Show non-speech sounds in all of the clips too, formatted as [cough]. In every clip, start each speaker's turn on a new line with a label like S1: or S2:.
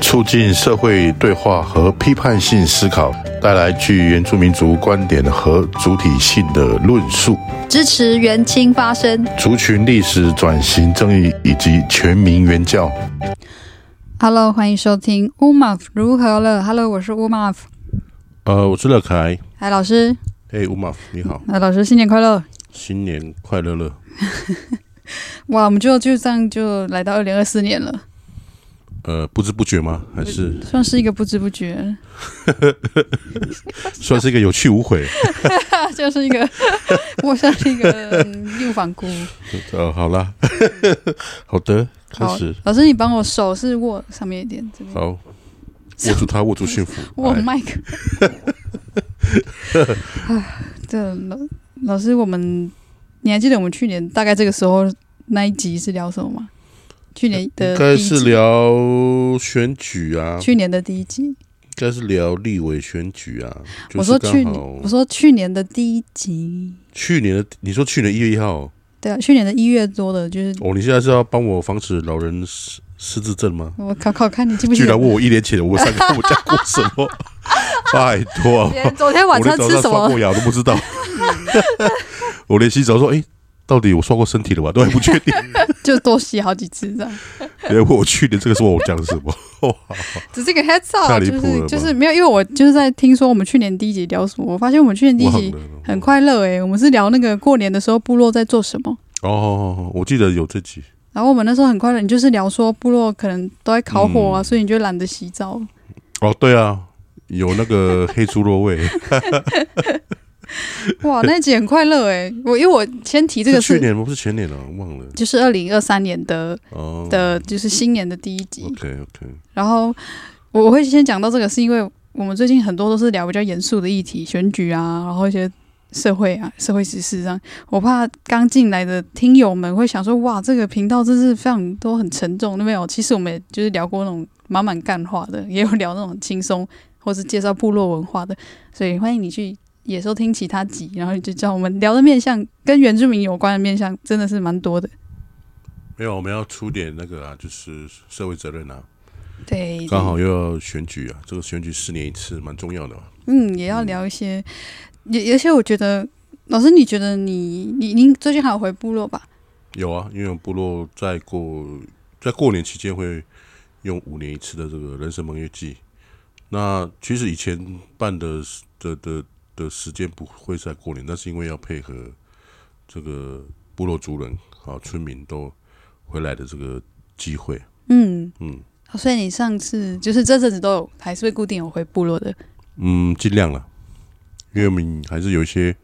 S1: 促进社会对话和批判性思考，带来具原住民族观点和主体性的论述，
S2: 支持原青发声。
S1: 族群历史转型正义以及全民原教。
S2: Hello，欢迎收听《乌马夫如何了》。Hello，我是乌马夫。
S1: 呃，我是乐凯。
S2: 嗨，老师。
S1: 嘿，吴马夫，你好，
S2: 哎，老师，新年快乐！
S1: 新年快乐乐。
S2: 哇，我们就就这样就来到二零二四年了，
S1: 呃，不知不觉吗？还是
S2: 算是一个不知不觉，
S1: 算是一个有去无回。
S2: [laughs] 就是一个，我像是一个嗯六房菇。
S1: 呃，好啦，好的，开
S2: 好
S1: 始，，
S2: 老师，你帮我手是握上面一点，这边
S1: 好，握住它，握住幸福。
S2: 握
S1: 哎
S2: 麦克。
S1: [laughs]
S2: 这老老师，我们你还记得我们去年大概这个时候那一集是聊什么吗？去年的
S1: 应
S2: 第
S1: 该
S2: 一
S1: 是
S2: 集，
S1: 聊选举啊，应
S2: 去年的第一集。
S1: 该是聊立委选举啊。就是、
S2: 我说去
S1: 刚
S2: 年，
S1: 好
S2: 我说去年的第一集，
S1: 去年的，你说去年一月一号
S2: 对啊，去年的一月多的，就是
S1: 哦，你现在是要帮我防止老人失失智症吗？
S2: 我考考看你记不记
S1: 居
S2: 得
S1: 然。问我一年前我上个我讲过什么？
S2: [laughs]
S1: 拜托，
S2: 连 [laughs] 昨天晚
S1: 我连
S2: 上
S1: 早
S2: 吃
S1: 上
S2: 什
S1: 刷
S2: 么？
S1: 过牙都不知道， [laughs] 我连洗澡说，哎、到底我刷过身体了吧？都还不确定。
S2: 就多洗好几次这样。
S1: 你还问我去年这个时候我讲什
S2: [laughs]
S1: 么？哇，
S2: 只是一个 heads
S1: 太
S2: up，
S1: 离
S2: 就
S1: 谱了吧
S2: 是就是没有，因为我就是在听说我们去年第一集聊什么，我发现我们去年第一
S1: 忘
S2: 集
S1: 了。
S2: 很快乐欸诶、我们是聊那个过年的时候部落在做什么，
S1: 哦，我记得有这集。
S2: 然后我们那时候很快乐，你就是聊说部落可能都在烤火
S1: 嗯
S2: 啊，所以你就懒得洗澡。
S1: 哦，对啊，有那个黑猪肉味。
S2: 哇，那一集很快乐诶、我因为我先提这个
S1: 是去
S2: 是
S1: 年吗？不是前年了、忘了。
S2: 就是二零二三年的
S1: 哦，
S2: 的，就是新年的第一集，
S1: OK OK，
S2: 然后我我会先讲到这个，是因为我们最近很多都是聊比较严肃的议题，选举啊，然后一些社会啊、社会时事这样。我怕刚进来的听友们会想说，哇，这个频道真是非常多很沉重，那没有？其实我们也就是聊过那种满满干话的，也有聊那种轻松或是介绍部落文化的，所以欢迎你去。也收听其他集，然后你就知道我们聊的面向跟原住民有关的面向真的是蛮多的。
S1: 没有，我们要出点那个啊，就是社会责任啊，
S2: 对，
S1: 刚 [laughs] 好又要选举啊，这个选举四年一次，蛮重要的嘛。
S2: 嗯，也要聊一些，也而且我觉得，老师，你觉得你你您最近还有回部落吧？
S1: 有啊，因为我们部落在过在过年期间会用五年一次的这个人生盟约祭。那其实以前办的的的的时间不会在过年，但是因为要配合这个部落族人啊村民都回来的这个机会，
S2: 嗯，
S1: 嗯
S2: 哦所以你上次就是这阵子都有，还是会固定有回部落的。
S1: 嗯，尽量了，因为我们还是有一些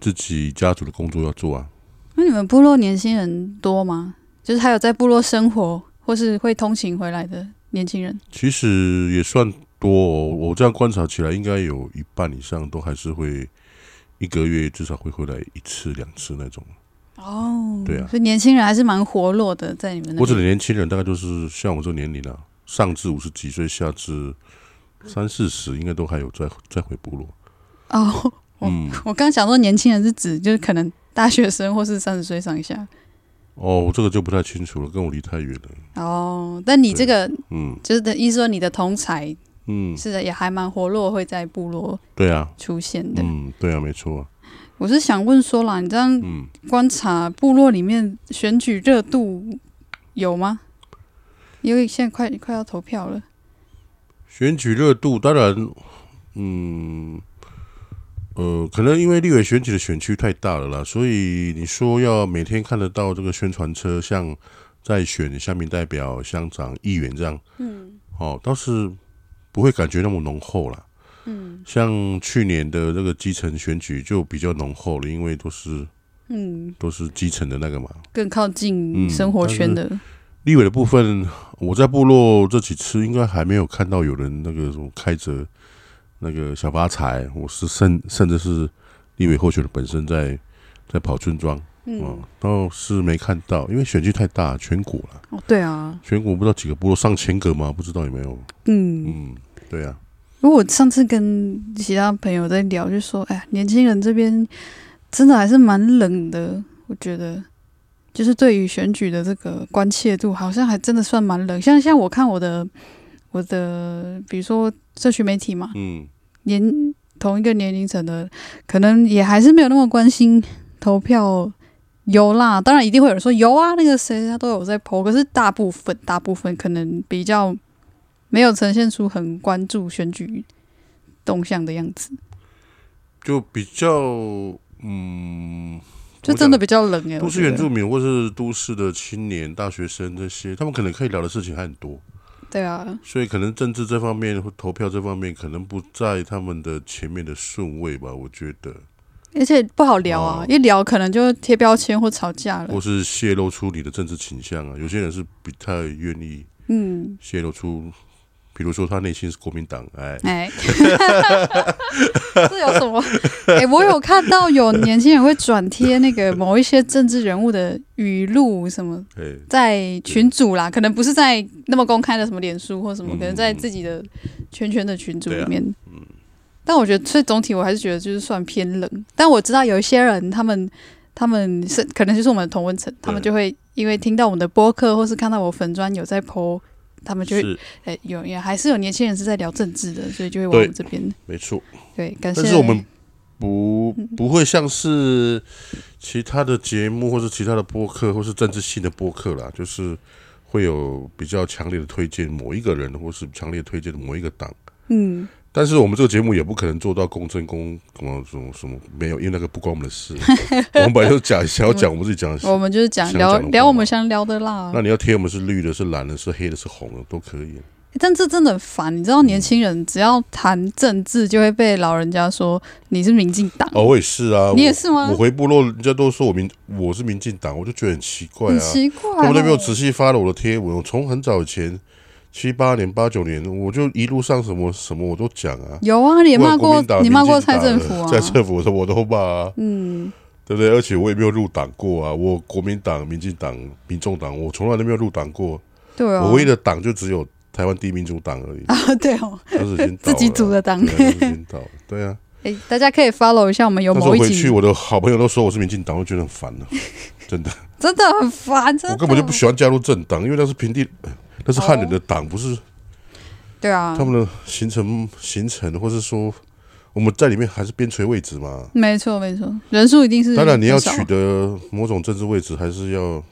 S1: 自己家族的工作要做啊。
S2: 那你们部落年轻人多吗？就是还有在部落生活或是会通勤回来的年轻人？
S1: 其实也算多、哦，我这样观察起来，应该有一半以上都还是会一个月至少会回来一次两次那种。
S2: 哦，
S1: 对啊
S2: 所以年轻人还是蛮活络的，在你们那
S1: 我指
S2: 边。
S1: 的年轻人大概就是像我这个年龄啊，上至五十几岁，下至三四十，应该都还有在在回部落。
S2: 哦， [laughs] 我、
S1: 嗯，
S2: 我刚想说年轻人是指就是可能大学生或是三十岁上下。
S1: 哦，这个就不太清楚了，跟我离太远了。
S2: 哦，但你这个
S1: 嗯
S2: 就是的意思说你的同才
S1: 嗯，
S2: 是的，也还蛮活络，会在部落
S1: 对啊，
S2: 出现的。
S1: 嗯对啊，没错啊，
S2: 我是想问说啦，你这样
S1: 嗯。
S2: 观察部落里面选举热度有吗？因为现在快快要投票了，
S1: 选举热度，当然，嗯，呃，可能因为立委选举的选区太大了啦，所以你说要每天看得到这个宣传车，像在选乡民代表、乡长、议员这样，
S2: 嗯
S1: 哦，倒是不会感觉那么浓厚啦。
S2: 嗯
S1: 像去年的这个基层选举就比较浓厚了，因为都是
S2: 嗯，
S1: 都是基层的那个嘛。
S2: 更靠
S1: 嗯
S2: 近生活圈的，
S1: 立委的部分，我在部落这几次应该还没有看到有人那个什么开着那个小发财，我是甚甚至是立委候选人本身在在跑村庄，
S2: 嗯
S1: 哦，倒是没看到，因为选区太大，全国了，
S2: 哦，对啊，
S1: 全国不知道几个部落，上千个吗？不知道有没有？
S2: 嗯。
S1: 嗯，对啊，
S2: 如果上次跟其他朋友在聊，就说，哎呀，年轻人这边真的还是蛮冷的，我觉得，就是对于选举的这个关切度，好像还真的算蛮冷。像像我看我的我的，比如说社区媒体嘛，
S1: 嗯，
S2: 年同一个年龄层的，可能也还是没有那么关心投票。有啦，当然一定会有人说有啊，那个谁他都有在投，可是大部分大部分可能比较没有呈现出很关注选举动向的样子，
S1: 就比较，嗯，
S2: 就
S1: 我
S2: 真的
S1: 讲
S2: 比较冷哎、欸。
S1: 都市
S2: 我觉
S1: 原
S2: 得
S1: 住民或是都市的青年、大学生这些，他们可能可以聊的事情还很多，
S2: 对啊，
S1: 所以可能政治这方面或投票这方面可能不在他们的前面的顺位吧，我觉得，
S2: 而且不好聊啊，
S1: 哦
S2: 一聊可能就贴标签或吵架了
S1: 或。是泄露出你的政治倾向啊，有些人是不太愿意
S2: 嗯，
S1: 泄露出，比如说他内心是国民党，哎，
S2: 哎， [laughs] 这有什么？哎、我有看到有年轻人会转贴那个某一些政治人物的语录，什么
S1: 哎，
S2: 在群组啦，可能不是在那么公开的什么脸书或什么，
S1: 嗯
S2: 可能在自己的圈圈的群组里面。
S1: 嗯
S2: 但我觉得，所以总体我还是觉得就是算偏冷。但我知道有一些人，他们他们是可能就是我们的同温层，他们就会因为听到我们的播客或是看到我粉砖有在 PO，他们就会
S1: 是
S2: 哎、有也还是有年轻人是在聊政治的，所以就会往我们这边。
S1: 没错，
S2: 对，感谢。
S1: 但是我们不不会像是其他的节目，或是其他的播客，或是政治性的播客啦，就是会有比较强烈的推荐某一个人，或是强烈推荐某一个党。
S2: 嗯，
S1: 但是我们这个节目也不可能做到公正公什么什么什么没有，因为那个不关我们的
S2: [laughs]
S1: 事。我们本来就讲想要讲我们自己讲的事。
S2: 我们就是讲
S1: 想
S2: 聊
S1: 讲的
S2: 聊我们
S1: 话
S2: 想聊的啦
S1: 那。你要贴我们是绿的，是蓝的，是黑的，是红的都可以。
S2: 但这真的很烦，你知
S1: 嗯
S2: 道，年轻人只要谈政治，就会被老人家说你是民进党，
S1: 哦，我也是啊，
S2: 你也
S1: 我
S2: 是吗
S1: 我？回部落，人家都说我民我是民进党，我就觉得很奇怪
S2: 很
S1: 啊。
S2: 奇怪、
S1: 他们都没有
S2: 哦。
S1: 仔细发了我的贴文，我从很早以前七八年、八九年，我就一路上什么什么我都讲啊。
S2: 有啊，你也
S1: 不管
S2: 骂
S1: 国
S2: 过
S1: 民党
S2: 你骂过
S1: 民进
S2: 蔡
S1: 党
S2: 政府
S1: [laughs] 的
S2: 啊
S1: 蔡，政府我都我都骂啊，
S2: 嗯，
S1: 对不对？而且我也没有入党过啊，我国民党、民进党、民众党，我从来都没有入党过。
S2: 对啊，
S1: 我唯一的党就只有台湾第一民主党
S2: [laughs]
S1: 而已，
S2: 啊，对哦，
S1: 但是已经倒
S2: 自
S1: 了啊
S2: 己组的党。
S1: 对啊已经倒了对啊。
S2: 哎、大家可以 follow 一下，我们 [laughs] 有
S1: 但是
S2: 某
S1: 我
S2: 一
S1: 回
S2: 集
S1: 去，我的好朋友都说我是民进党，我觉得很烦了、真的，
S2: 真的很烦，真的哦
S1: 我根本就不喜欢加入政党，因为那是平地，呃那是汉人的党，不是
S2: 对啊
S1: 他，们的行程行程，或是说我们在里面还是边陲位置嘛。
S2: 没错没错，人数一定是
S1: 当然，你要
S2: 嗯很少
S1: 取得某种政治位置，还是要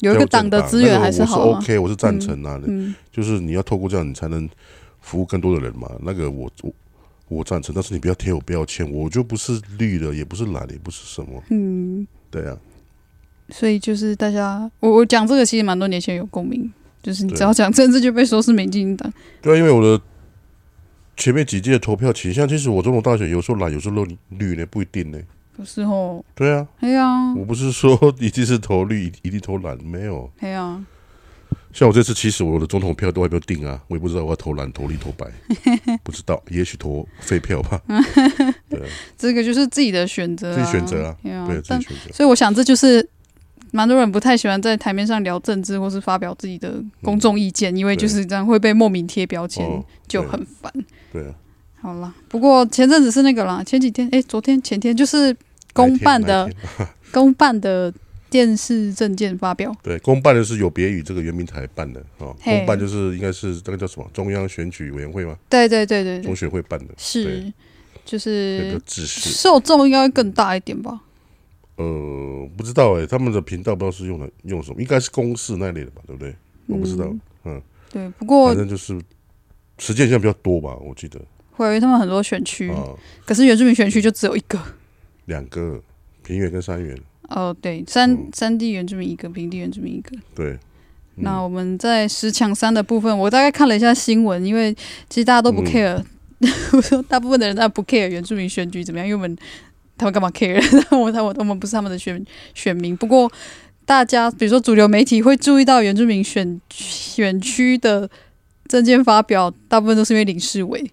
S2: 有一个
S1: 加入
S2: 党
S1: 政
S2: 的资源还
S1: 那个我是
S2: 好啊，
S1: OK，我是赞成啊，
S2: 嗯，
S1: 就是你要透过这样，你才能服务更多的人嘛。那个我我我赞成，但是你不要贴我标签，我就不是绿的，也不是蓝的，也不是什么，
S2: 嗯，
S1: 对啊，
S2: 所以就是大家，我我讲这个其实蛮多年前有共鸣，就是你
S1: 对
S2: 只要讲政治就被说是民进党，
S1: 对啊，因为我的。前面几届的投票倾向，其实我中统大选有时候蓝，有时候绿呢，不一定呢。
S2: 有时候，
S1: 对啊，
S2: 哎呀
S1: 我不是说 [laughs] 一定是投绿，一定投蓝，没有。
S2: 哎呀，
S1: 像我这次，其实我的总统票都还没有定啊，我也不知道我要投蓝、投绿、投
S2: [laughs]
S1: 白，不知道，也许投废票吧，
S2: 嗯这个就是自己的选择、啊，
S1: 自己选择啊
S2: 哎呀
S1: 对，自
S2: 但
S1: 己选择。
S2: 所以我想这就是蛮多人不太喜欢在台面上聊政治或是发表自己的公众意见，因为就是这样会被莫名贴标签，
S1: 嗯哦，
S2: 就很烦。
S1: 对啊，
S2: 好啦，不过前阵子是那个啦，前几天哎，昨天前天就是公办
S1: 哪
S2: 的
S1: 一天，哪一天 [laughs]
S2: 公办的电视证件发表，
S1: 对，公办的是有别于这个圆明台办的哦，
S2: 嘿
S1: 公办就是应该是那个叫什么中央选举委员会吗？
S2: 对对对对
S1: 中
S2: 对，
S1: 选会办的，
S2: 是
S1: 对
S2: 就
S1: 那个
S2: 是
S1: 制式，
S2: 受众应该会更大一点吧？
S1: 呃，不知道哎、他们的频道不知道是用的用什么，应该是公示那类的吧，对不对？我不知道，嗯，
S2: 对，不过
S1: 反正就是实践现在比较多吧，我记得
S2: 会有他们很多选区，
S1: 啊，
S2: 可是原住民选区就只有一个。
S1: 两个平原跟山原，
S2: 哦，对，山
S1: 嗯
S2: 山地原住民一个，平地原住民一个。
S1: 对，嗯
S2: 那我们在十强三的部分，我大概看了一下新闻，因为其实大家都不
S1: 嗯
S2: care，、我 [laughs] 说大部分的人大家不 care 原住民选举怎么样，因为我们他们干嘛 care？我他我我们不是他们的选选民。不过大家比如说主流媒体会注意到原住民选选区的证件发表，大部分都是因为林世伟。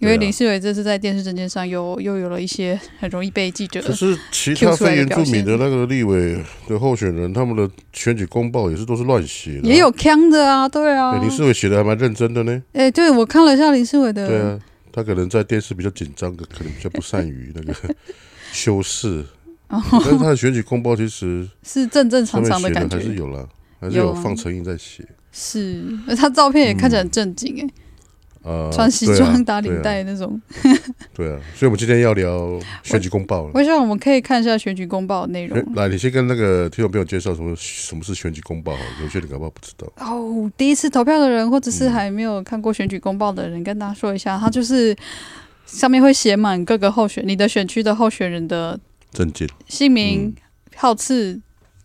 S2: 因
S1: 对
S2: 为
S1: 啊
S2: 林世伟这次在电视证件上又又有了一些很容易被记者
S1: 可是其他
S2: Q 出来
S1: 非
S2: 的
S1: 原住民
S2: 表
S1: 的
S2: 现
S1: 那个立委的候选人，他们的选举公报也是都是乱写的啊、哎
S2: 也有呛的啊，对啊
S1: 对，林世伟写的还蛮认真的呢。
S2: 哎、对我看了一下林世伟的，
S1: 对啊，他可能在电视比较紧张，可可能比较不善于那个 [laughs] 修饰。
S2: 哦
S1: 但是他的选举公报其实
S2: 是正正
S1: 上面
S2: 常常
S1: 写
S2: 感
S1: 的
S2: 觉
S1: 还，是有啦，还是
S2: 有
S1: 有
S2: 啊
S1: 放成印在写。
S2: 是， [laughs] 而他照片也看起来很正经、哎、
S1: 呃，
S2: 穿西
S1: 嗯对啊
S2: 装、打领
S1: 对啊
S2: 带那种。
S1: 对啊，所以我们今天要聊选举公报了。
S2: 我想我们可以看一下选举公报的内容
S1: 哎。来，你先跟那个听众朋友介绍什么什么是选举公报好了，有些人搞不好不知道。
S2: 哦，第一次投票的人，或者是
S1: 嗯
S2: 还没有看过选举公报的人，跟大家说一下，他就是上面会写满各个候选你的选区的候选人的
S1: 证件，
S2: 姓名、
S1: 嗯
S2: 号次、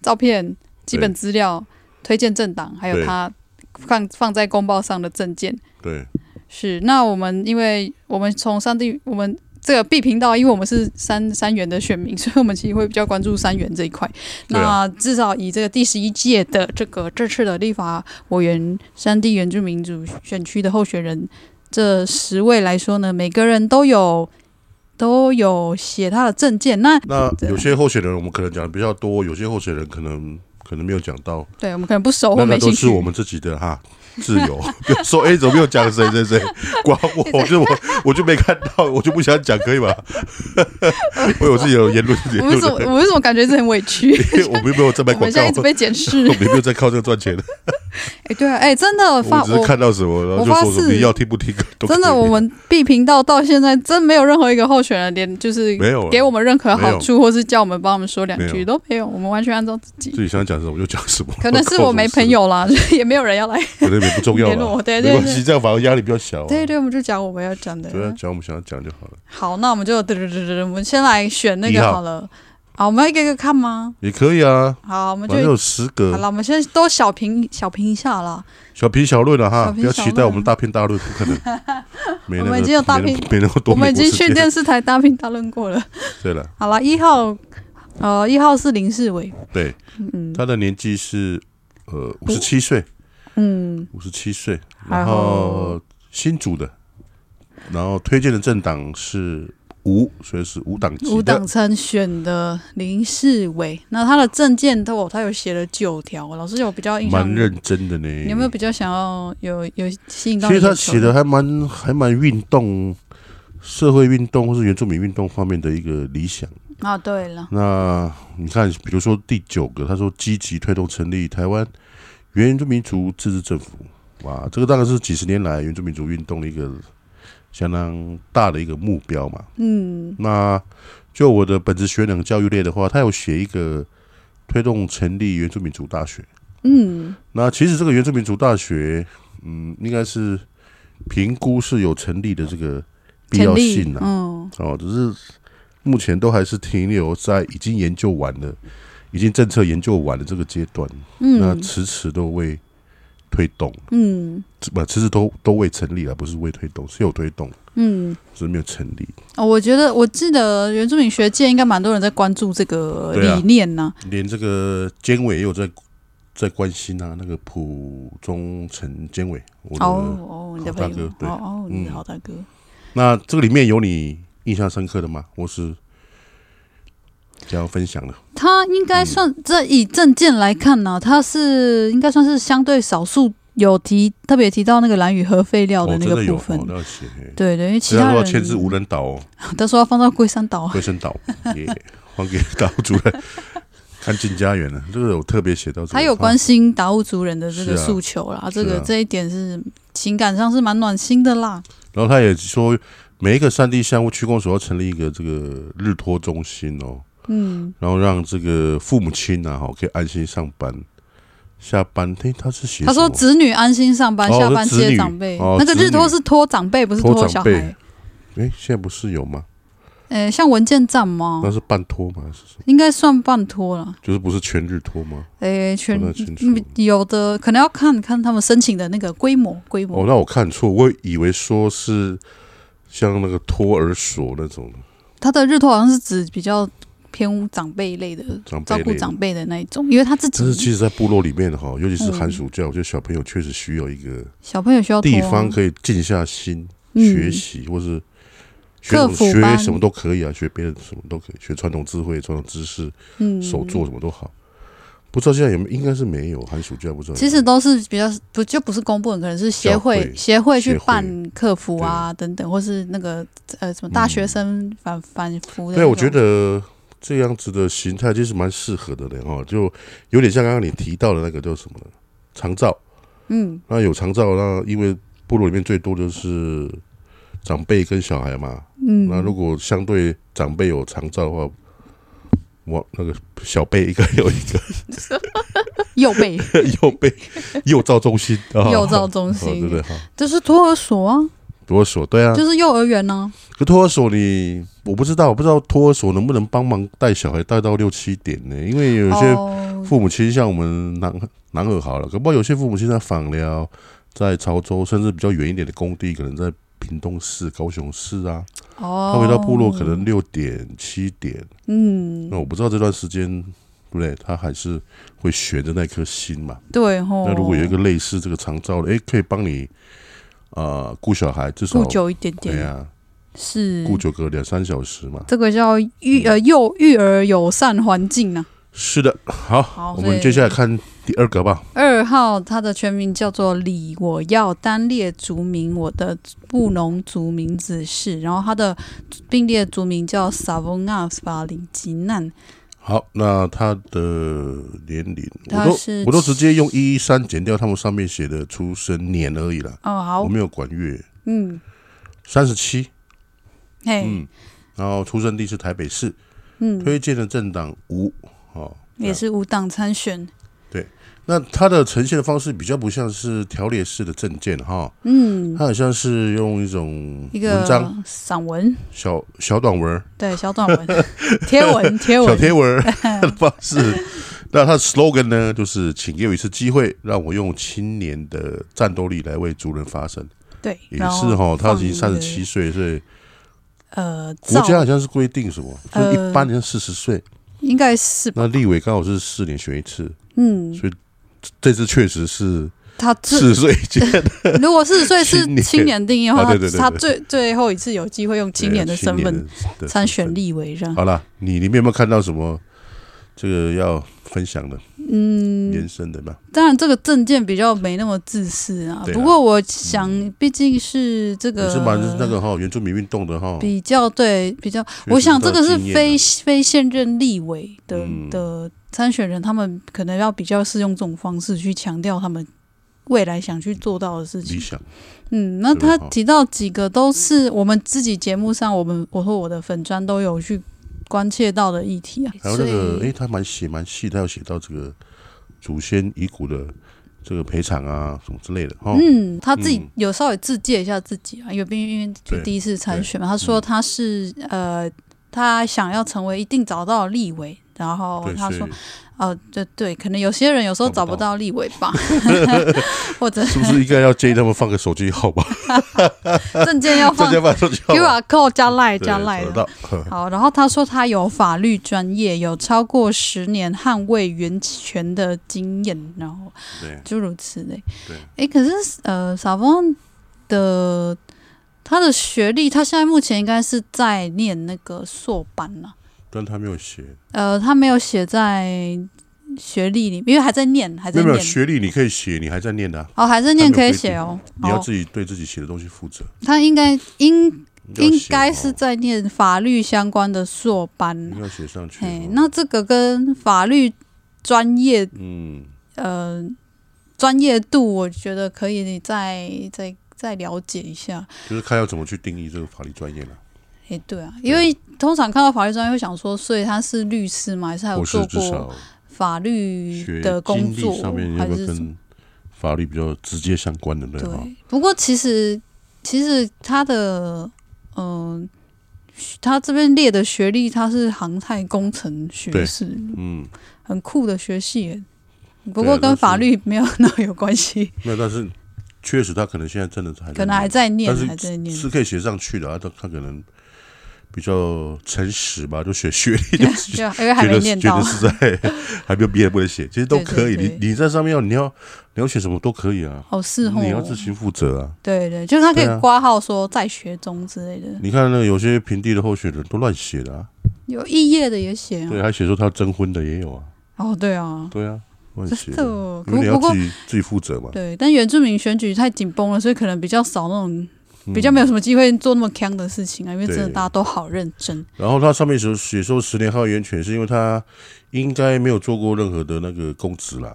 S2: 照片、基本资料、推荐政党，还有
S1: 对
S2: 他放放在公报上的证件。
S1: 对，
S2: 是，那我们因为我们从上帝，我们这个 B 频道，因为我们是三三元的选民， [laughs] 所以我们其实会比较关注三元这一块。
S1: 对
S2: 那
S1: 啊
S2: 至少以这个第十一届的这个这次的立法委员山地原住民族选区的候选人这十位来说呢，每个人都有都有写他的证件。那
S1: 那
S2: 对
S1: 有些候选人我们可能讲的比较多，有些候选人可能可能没有讲到，
S2: 对哦我们可能不熟
S1: 那
S2: 或
S1: 那
S2: 没
S1: 都
S2: 兴
S1: 是
S2: 趣，
S1: 我们自己的哈自由。 [laughs] 比如说，哎，怎么没有讲谁谁谁？管
S2: [laughs]
S1: 我，就是我我就没看到，我就不想讲，可以吧？我有自己的言论自
S2: 我
S1: 由
S2: 们怎么
S1: 的，
S2: 我们怎么感觉是很委屈？
S1: 因为我们又没有 [laughs] 在卖
S2: 我
S1: 广
S2: 们现
S1: 告
S2: 在一，直被检
S1: [laughs]
S2: 视 [laughs]
S1: 我。们没有在靠这个赚钱，
S2: 哎、对啊，哎、真的
S1: 我
S2: 发
S1: 只是看到什么，然后就说什
S2: 我发
S1: 么
S2: 誓
S1: 你要听不听都可以
S2: 真的，我们 B 频道到现在真没有任何一个候选人连就是
S1: 没有啊
S2: 给我们任何
S1: 没
S2: 好
S1: 有
S2: 处，或是叫我们帮我们说两
S1: 没
S2: 句
S1: 有
S2: 都没有，我们完全按照自己。
S1: 自己想讲什么就讲什么。
S2: 可能是我没朋，友啦，就是 [laughs] 也没有人要来
S1: [laughs] 可能也不重要
S2: 联络我。
S1: 了，
S2: 对
S1: 没
S2: 对
S1: 关
S2: 对
S1: 系，，这样反而压力比较小啊。
S2: 对对，我们就讲我们要讲的。
S1: 对啊，讲我们想要讲就好了，
S2: 好，那我们就嘚嘚嘚嘚，我们先来选那
S1: 一
S2: 个
S1: 号
S2: 好了。好，我们要一个一个看吗？
S1: 也可以啊。
S2: 好，我们
S1: 反正
S2: 就
S1: 有十
S2: 好
S1: 个
S2: 了，我们先都小评小评一下啦。
S1: 小评小论了哈，
S2: 小
S1: 不
S2: 评
S1: 要
S2: 小
S1: 期待
S2: 论
S1: 我们大片大论，不可
S2: [laughs]
S1: 能。没那
S2: 我
S1: 个
S2: 们已经有大
S1: 没那
S2: 片
S1: 没那么多
S2: 我
S1: 美国时间。
S2: 们已经去电视台大评大论过了。
S1: 对了，
S2: 好了，一号，呃，一号是林世伟，
S1: 对，
S2: 嗯
S1: 他的年纪是呃五十七岁，
S2: 嗯，
S1: 五十七岁，
S2: 然
S1: 然
S2: 后
S1: 后新组的，然后推荐的政党是无，所以是无党籍
S2: 无
S1: 的
S2: 党。参选的林世伟，那他的证件都有，哦他有写了九条，老师有比较印象，
S1: 蛮认真的呢，
S2: 你有没有比较想要有有吸引到
S1: 其
S2: 你
S1: 实
S2: 的
S1: 他
S2: 球？
S1: 写的还蛮还蛮运动、社会运动或是原住民运动方面的一个理想。
S2: 啊，对了，
S1: 那你看，比如说第九个，他说积极推动成立台湾原住民族自治政府，哇，这个当然是几十年来原住民族运动的一个相当大的一个目标嘛。
S2: 嗯，
S1: 那就我的本职学能教育类的话，他有写一个推动成立原住民族大学。
S2: 嗯，
S1: 那其实这个原住民族大学，嗯，应该是评估是有成立的这个必要
S2: 成立
S1: 性啊。
S2: 嗯，
S1: 哦，只是目前都还是停留在已经研究完了、已经政策研究完了这个阶段，那
S2: 嗯，
S1: 迟迟都未推动，
S2: 嗯，
S1: 不，迟迟都都未成立了，不是未推动，是有推动，
S2: 嗯，
S1: 只是没有成立。
S2: 哦，我觉得我记得原住民学界应该蛮多人在关注这个
S1: 对啊
S2: 理念呢、
S1: 连这个监委也有在在关心啊，那个浦中城监委，我的、
S2: 哦哦，你的
S1: 好大
S2: 朋友
S1: 哥，
S2: 哦
S1: 对
S2: 哦，你
S1: 嗯
S2: 的好大哥，
S1: 那这个里面有你印象深刻的吗？我是想要分享的，
S2: 他应该算
S1: 嗯
S2: 这以证件来看呢、他是应该算是相对少数有提特别提到那个蓝宇核废料
S1: 哦，
S2: 的那
S1: 真
S2: 个
S1: 的有
S2: 部分。
S1: 哦，都要写。嘿
S2: 对对，因为其
S1: 只要
S2: 他
S1: 说
S2: 人
S1: 要牵制无人岛哦，
S2: 都说要放到龟山岛，
S1: 龟山岛也还给岛主人
S2: [laughs]
S1: 看进家园啊了。这个有特别写到、这个，
S2: 他有关心达悟族人的这个
S1: 是啊
S2: 诉求啦，这个、
S1: 是啊
S2: 这一点是情感上是蛮暖心的啦。
S1: 然后他也说，每一个山地项目区公所要成立一个这个日托中心哦，
S2: 嗯，
S1: 然后让这个父母亲啊，哈，可以安心上班、下班。嘿，他是写
S2: 嗯他说
S1: 什么
S2: 子女安心上班，
S1: 哦
S2: 下班
S1: 是子
S2: 接
S1: 女
S2: 长辈。
S1: 哦
S2: 那个
S1: 子
S2: 日托
S1: 女
S2: 是托长辈，不是
S1: 托
S2: 托
S1: 长
S2: 小
S1: 辈
S2: 孩。
S1: 哎，现在不是有吗？
S2: 呃，像文件站吗
S1: 那？是半托吗？是什么？
S2: 应该算半托了。
S1: 就是不是全日托吗？
S2: 诶，全
S1: 不太清楚
S2: 嗯有的可能要看看他们申请的那个规模规模。
S1: 哦，那我看错，我以为说是像那个托儿所那种
S2: 他的日托好像是指比较偏长辈类的，
S1: 长辈
S2: 照
S1: 类
S2: 顾
S1: 的
S2: 长辈的那一种，因为他自
S1: 但是
S2: 己
S1: 其实，在部落里面哈，尤其是
S2: 嗯
S1: 寒暑假，我觉得小朋友确实需要一个
S2: 哦小朋友需要托啊
S1: 地方可以静下心，学习，或是学
S2: 哦嗯客服
S1: 学
S2: 班
S1: 什么都可以啊，学别人什么都可以，学传统智慧、传统知识、
S2: 嗯，
S1: 手作什么都好。不知道现在有没有，应该是没有寒暑假，不知道有没有。
S2: 其实都是比较不就不是公部门，可能是协
S1: 教
S2: 会
S1: 会
S2: 协会去
S1: 协会
S2: 办客服啊等等，或是那个呃什么大学生反、反服的那种。
S1: 嗯对，我觉得这样子的形态其实蛮适合的嘞哈，就有点像刚刚你提到的那个叫什么长照，
S2: 嗯
S1: 那有长照，那因为部落里面最多就是长辈跟小孩嘛，
S2: 嗯，
S1: 那如果相对长辈有长照的话，我那个小辈应该有一个
S2: 右
S1: [laughs]
S2: 背
S1: 幼辈幼照中
S2: [laughs]
S1: 心啊，
S2: 幼照中
S1: [laughs]
S2: 心
S1: 哦对不对哈？
S2: 就是托儿所啊，
S1: 托儿所对啊，
S2: 就是幼儿园呢、
S1: 可托儿所你我不知道，我不知道托儿所能不能帮忙带小孩带到六七点呢？因为有些
S2: 哦，
S1: 父母亲像我们南南二好了，可不好有些父母亲在访寮、在潮州，甚至比较远一点的工地，可能在屏东市、高雄市啊，他
S2: 哦
S1: 回到部落可能六点、七点，
S2: 嗯
S1: 那我不知道这段时间对不对，他还是会悬着那颗心嘛。
S2: 对吼。
S1: 那如果有一个类似这个长照的，诶，可以帮你啊顾小孩，至少
S2: 顾久一点
S1: 对
S2: 点，嗯
S1: 啊，
S2: 是
S1: 顾久嗯个两三小时嘛。
S2: 这个叫育呃幼育儿友善环境啊。
S1: 是的，好，
S2: 好
S1: 我
S2: 所
S1: 们
S2: 以
S1: 接下来看第二个吧。
S2: 二号，它的全名叫做李，我要单列族名，我的布农族名字是，然后它的并列族名叫 Savonas 巴林吉难，
S1: 好，那他的年龄，我
S2: 他
S1: 都
S2: 是
S1: 我都直接用一一三减掉他们上面写的出生年而已啦，
S2: 哦，
S1: 我
S2: 好，
S1: 没有管月，
S2: 嗯，
S1: 三十七，
S2: 嘿，
S1: 嗯，啊然后出生地是台北市，
S2: 嗯，
S1: 推荐的政党无，哦，
S2: 也是无党参选，
S1: 那它的呈现的方式比较不像是条列式的证件哈， [laughs]
S2: 嗯，
S1: 它好像是用一种
S2: 一个
S1: 文章
S2: 散文，
S1: 小小短文儿、
S2: 对，小
S1: [laughs]
S2: 短文，贴文，贴
S1: 小
S2: 文，
S1: 贴文儿
S2: [laughs]
S1: 的方式。那它的 slogan 呢，就是请给我一次机会，让我用青年的战斗力来为族人发声。
S2: 对，
S1: 也
S2: 然后
S1: 是哦哈，他已
S2: 放
S1: 经
S2: 一
S1: 三
S2: 个
S1: 十七，岁，所以
S2: 呃，
S1: 国家
S2: 照
S1: 好像是规定什么，就
S2: 呃
S1: 是一般人四十岁，
S2: 应该是吧，
S1: 那立委刚好是四年选一次，
S2: 嗯，
S1: 这次确实是
S2: 他这
S1: 四十岁
S2: [laughs]
S1: 以前 [laughs]
S2: 如果四十岁是
S1: 青年
S2: 青年定义的话，
S1: 啊
S2: 他
S1: 对对对
S2: 他
S1: 对
S2: 最最后一次有机会用青年的身
S1: 青
S2: 份
S1: 年啊的
S2: 参
S1: 身
S2: 选啊
S1: 份
S2: 立委这样。
S1: 好了，你里面有没有看到什么这个要分享的、
S2: 嗯，
S1: 延伸的吧？
S2: 当然这个证件比较没那么自私啊，
S1: 对啊嗯
S2: 不过我想毕竟是这
S1: 也
S2: 个
S1: 是蛮那个哈，原住民运动的哈。
S2: 比较对比较，
S1: 确实
S2: 我想这个是
S1: 经验啊
S2: 非非现任立委的
S1: 嗯
S2: 的参选人，他们可能要比较是用这种方式去强调他们未来想去做到的事情
S1: 理。想，
S2: 嗯，那
S1: 是吧
S2: 他
S1: 哈
S2: 提到几个都是我们自己节目上，我们我和我的粉砖都有去关切到的议题啊。
S1: 还有那个，
S2: 所以
S1: 诶，他蛮写蛮细，他有写到这个祖先遗骨的这个赔偿啊，什么之类的哈。
S2: 嗯，他自己
S1: 嗯
S2: 有稍微自介一下自己啊，因为毕竟因为就
S1: 对
S2: 第一次参
S1: 对
S2: 选嘛，他说
S1: 嗯
S2: 他是、呃，他想要成为一定找到立委，然后
S1: 对，
S2: 他说
S1: 所以
S2: 哦，对对，可能有些人有时候找
S1: 找
S2: 不
S1: 不
S2: 到立委
S1: [laughs]
S2: 吧，或者
S1: 是不是应该要建议他们放个手机号码？
S2: 证件要
S1: 大
S2: 放
S1: 家把手机号码
S2: QR code 加赖
S1: 对
S2: 加赖
S1: 找
S2: 的
S1: 得。到。 [laughs]
S2: 好，然后他说他有法律专业，有超过十年捍卫源权的经验，然后
S1: 对，
S2: 诸如此类。
S1: 对，
S2: 哎，可是呃，萨翁的他的学历，他现在目前应该是在念那个硕班呢、
S1: 但他没有写，
S2: 呃，他没有写在学历里，因为还在念，还
S1: 没
S2: 在
S1: 有没有，
S2: 念
S1: 学历，你可以写，你还在念的啊，
S2: 哦，还在念
S1: 他
S2: 可
S1: 没有规
S2: 以
S1: 定
S2: 写哦。
S1: 你要
S2: 哦，
S1: 自己对自己写的东西负责。
S2: 他应该应
S1: 要
S2: 应
S1: 写
S2: 该
S1: 哦
S2: 是在念法律相关的硕班
S1: 应。该写上去
S2: 哎
S1: 哦。，
S2: 那这个跟法律专业
S1: 嗯，
S2: 呃专业度，我觉得可以再再再了解一下。
S1: 就是看要怎么去定义这个法律专业了。
S2: 诶，对啊，因为通常看到法律专业会想说，所以他是律师吗？还是他有
S1: 我是
S2: 做
S1: 至
S2: 过
S1: 少
S2: 法律
S1: 学
S2: 的工
S1: 经
S2: 作
S1: 历上面，要
S2: 还
S1: 不
S2: 是
S1: 要
S2: 什么？
S1: 跟法律比较直接相关的对哈？
S2: 对，不过其实其实他的嗯、呃他这边列的学历，他是航太工程学
S1: 对
S2: 士，
S1: 嗯，
S2: 很酷的学系耶。不
S1: 对
S2: 过
S1: 但
S2: 跟
S1: 是
S2: 法律没有那么有关系，
S1: 没有，但是确实他可能现在真的是还在
S2: 可能还在念，
S1: 但是
S2: 还在念。
S1: 是可以写上去的啊，他他可能比较诚实吧，就选学历，
S2: [laughs]
S1: 就是
S2: 对啊，因为还
S1: 觉
S2: 没
S1: 得
S2: 念
S1: 觉
S2: 到
S1: 得，是在 [laughs] 还没有毕业不能写，其实都
S2: 对对
S1: 可以。
S2: 对
S1: 你你在上面要你要你要写什么都可以啊，
S2: 好是哦
S1: 你要自行负责啊。
S2: 对对，就是他可
S1: 对啊
S2: 以挂号说在学中之类的，
S1: 你看那个有些平地的候选人都乱写的啊，
S2: 有异业的也写啊。
S1: 对，还写说他征婚的也有啊，
S2: 哦，对啊，
S1: 对啊，乱写
S2: 真的
S1: 的，
S2: 哦。
S1: 因
S2: 不
S1: 为你要
S2: 不过
S1: 自己自己负责嘛。
S2: 对，但原住民选举太紧绷了，所以可能比较少那种，
S1: 嗯
S2: 比较没有什么机会做那么坑的事情啊，因为真的
S1: 对
S2: 大家都好认真。
S1: 然后他上面写写说十年号源泉，是因为他应该没有做过任何的那个公职啦，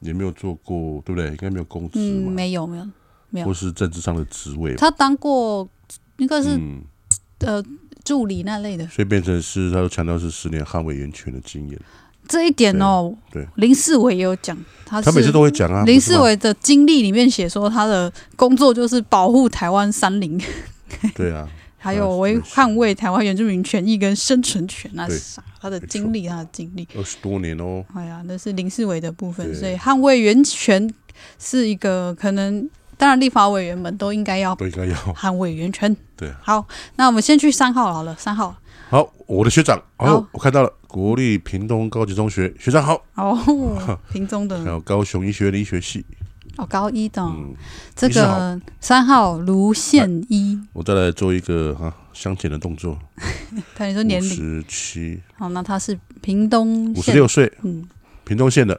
S1: 也没有做过，对不对？应该没有公职
S2: 嗯，
S1: 嘛，
S2: 没有没有，没有
S1: 或是政治上的职位嘛，
S2: 他当过应该是、
S1: 嗯，
S2: 呃助理那类的
S1: 所以变成是他都强调是十年捍卫源泉的经验。
S2: 这一点哦。
S1: 对对
S2: 林世伟也有讲，他
S1: 他每次
S2: 是
S1: 都会讲啊，
S2: 林
S1: 不是
S2: 世
S1: 吗
S2: 伟的经历里面写说，他的工作就是保护台湾
S1: [laughs]
S2: 山林，
S1: 对啊，
S2: 还有维
S1: 是是
S2: 捍卫台湾原住民权益跟生存权啊
S1: 对
S2: 啥，他的
S1: 没错
S2: 经历，他的经历。
S1: 二十多年哦，
S2: 哎呀，那是林世伟的部分，
S1: 对
S2: 所以捍卫源权是一个可能，当然立法委员们都应该要
S1: 都应该要
S2: 捍卫源权。
S1: 对啊。
S2: 好，那我们先去三号好了，三号
S1: 好。我的学长，
S2: 好
S1: 哦，我看到了国立屏东高级中学学长好， [laughs]
S2: 哦，屏中
S1: 还
S2: 的
S1: 有高雄医学理学系，
S2: 哦，高一的哦、
S1: 嗯，
S2: 这
S1: 医生
S2: 个三号卢宪一，
S1: 我再来做一个哈相减的动作，
S2: 看你说年
S1: 五
S2: 龄，
S1: 十七，
S2: 好，那他是屏东
S1: 五十
S2: 县，
S1: 六岁，
S2: 嗯，
S1: 屏东县的。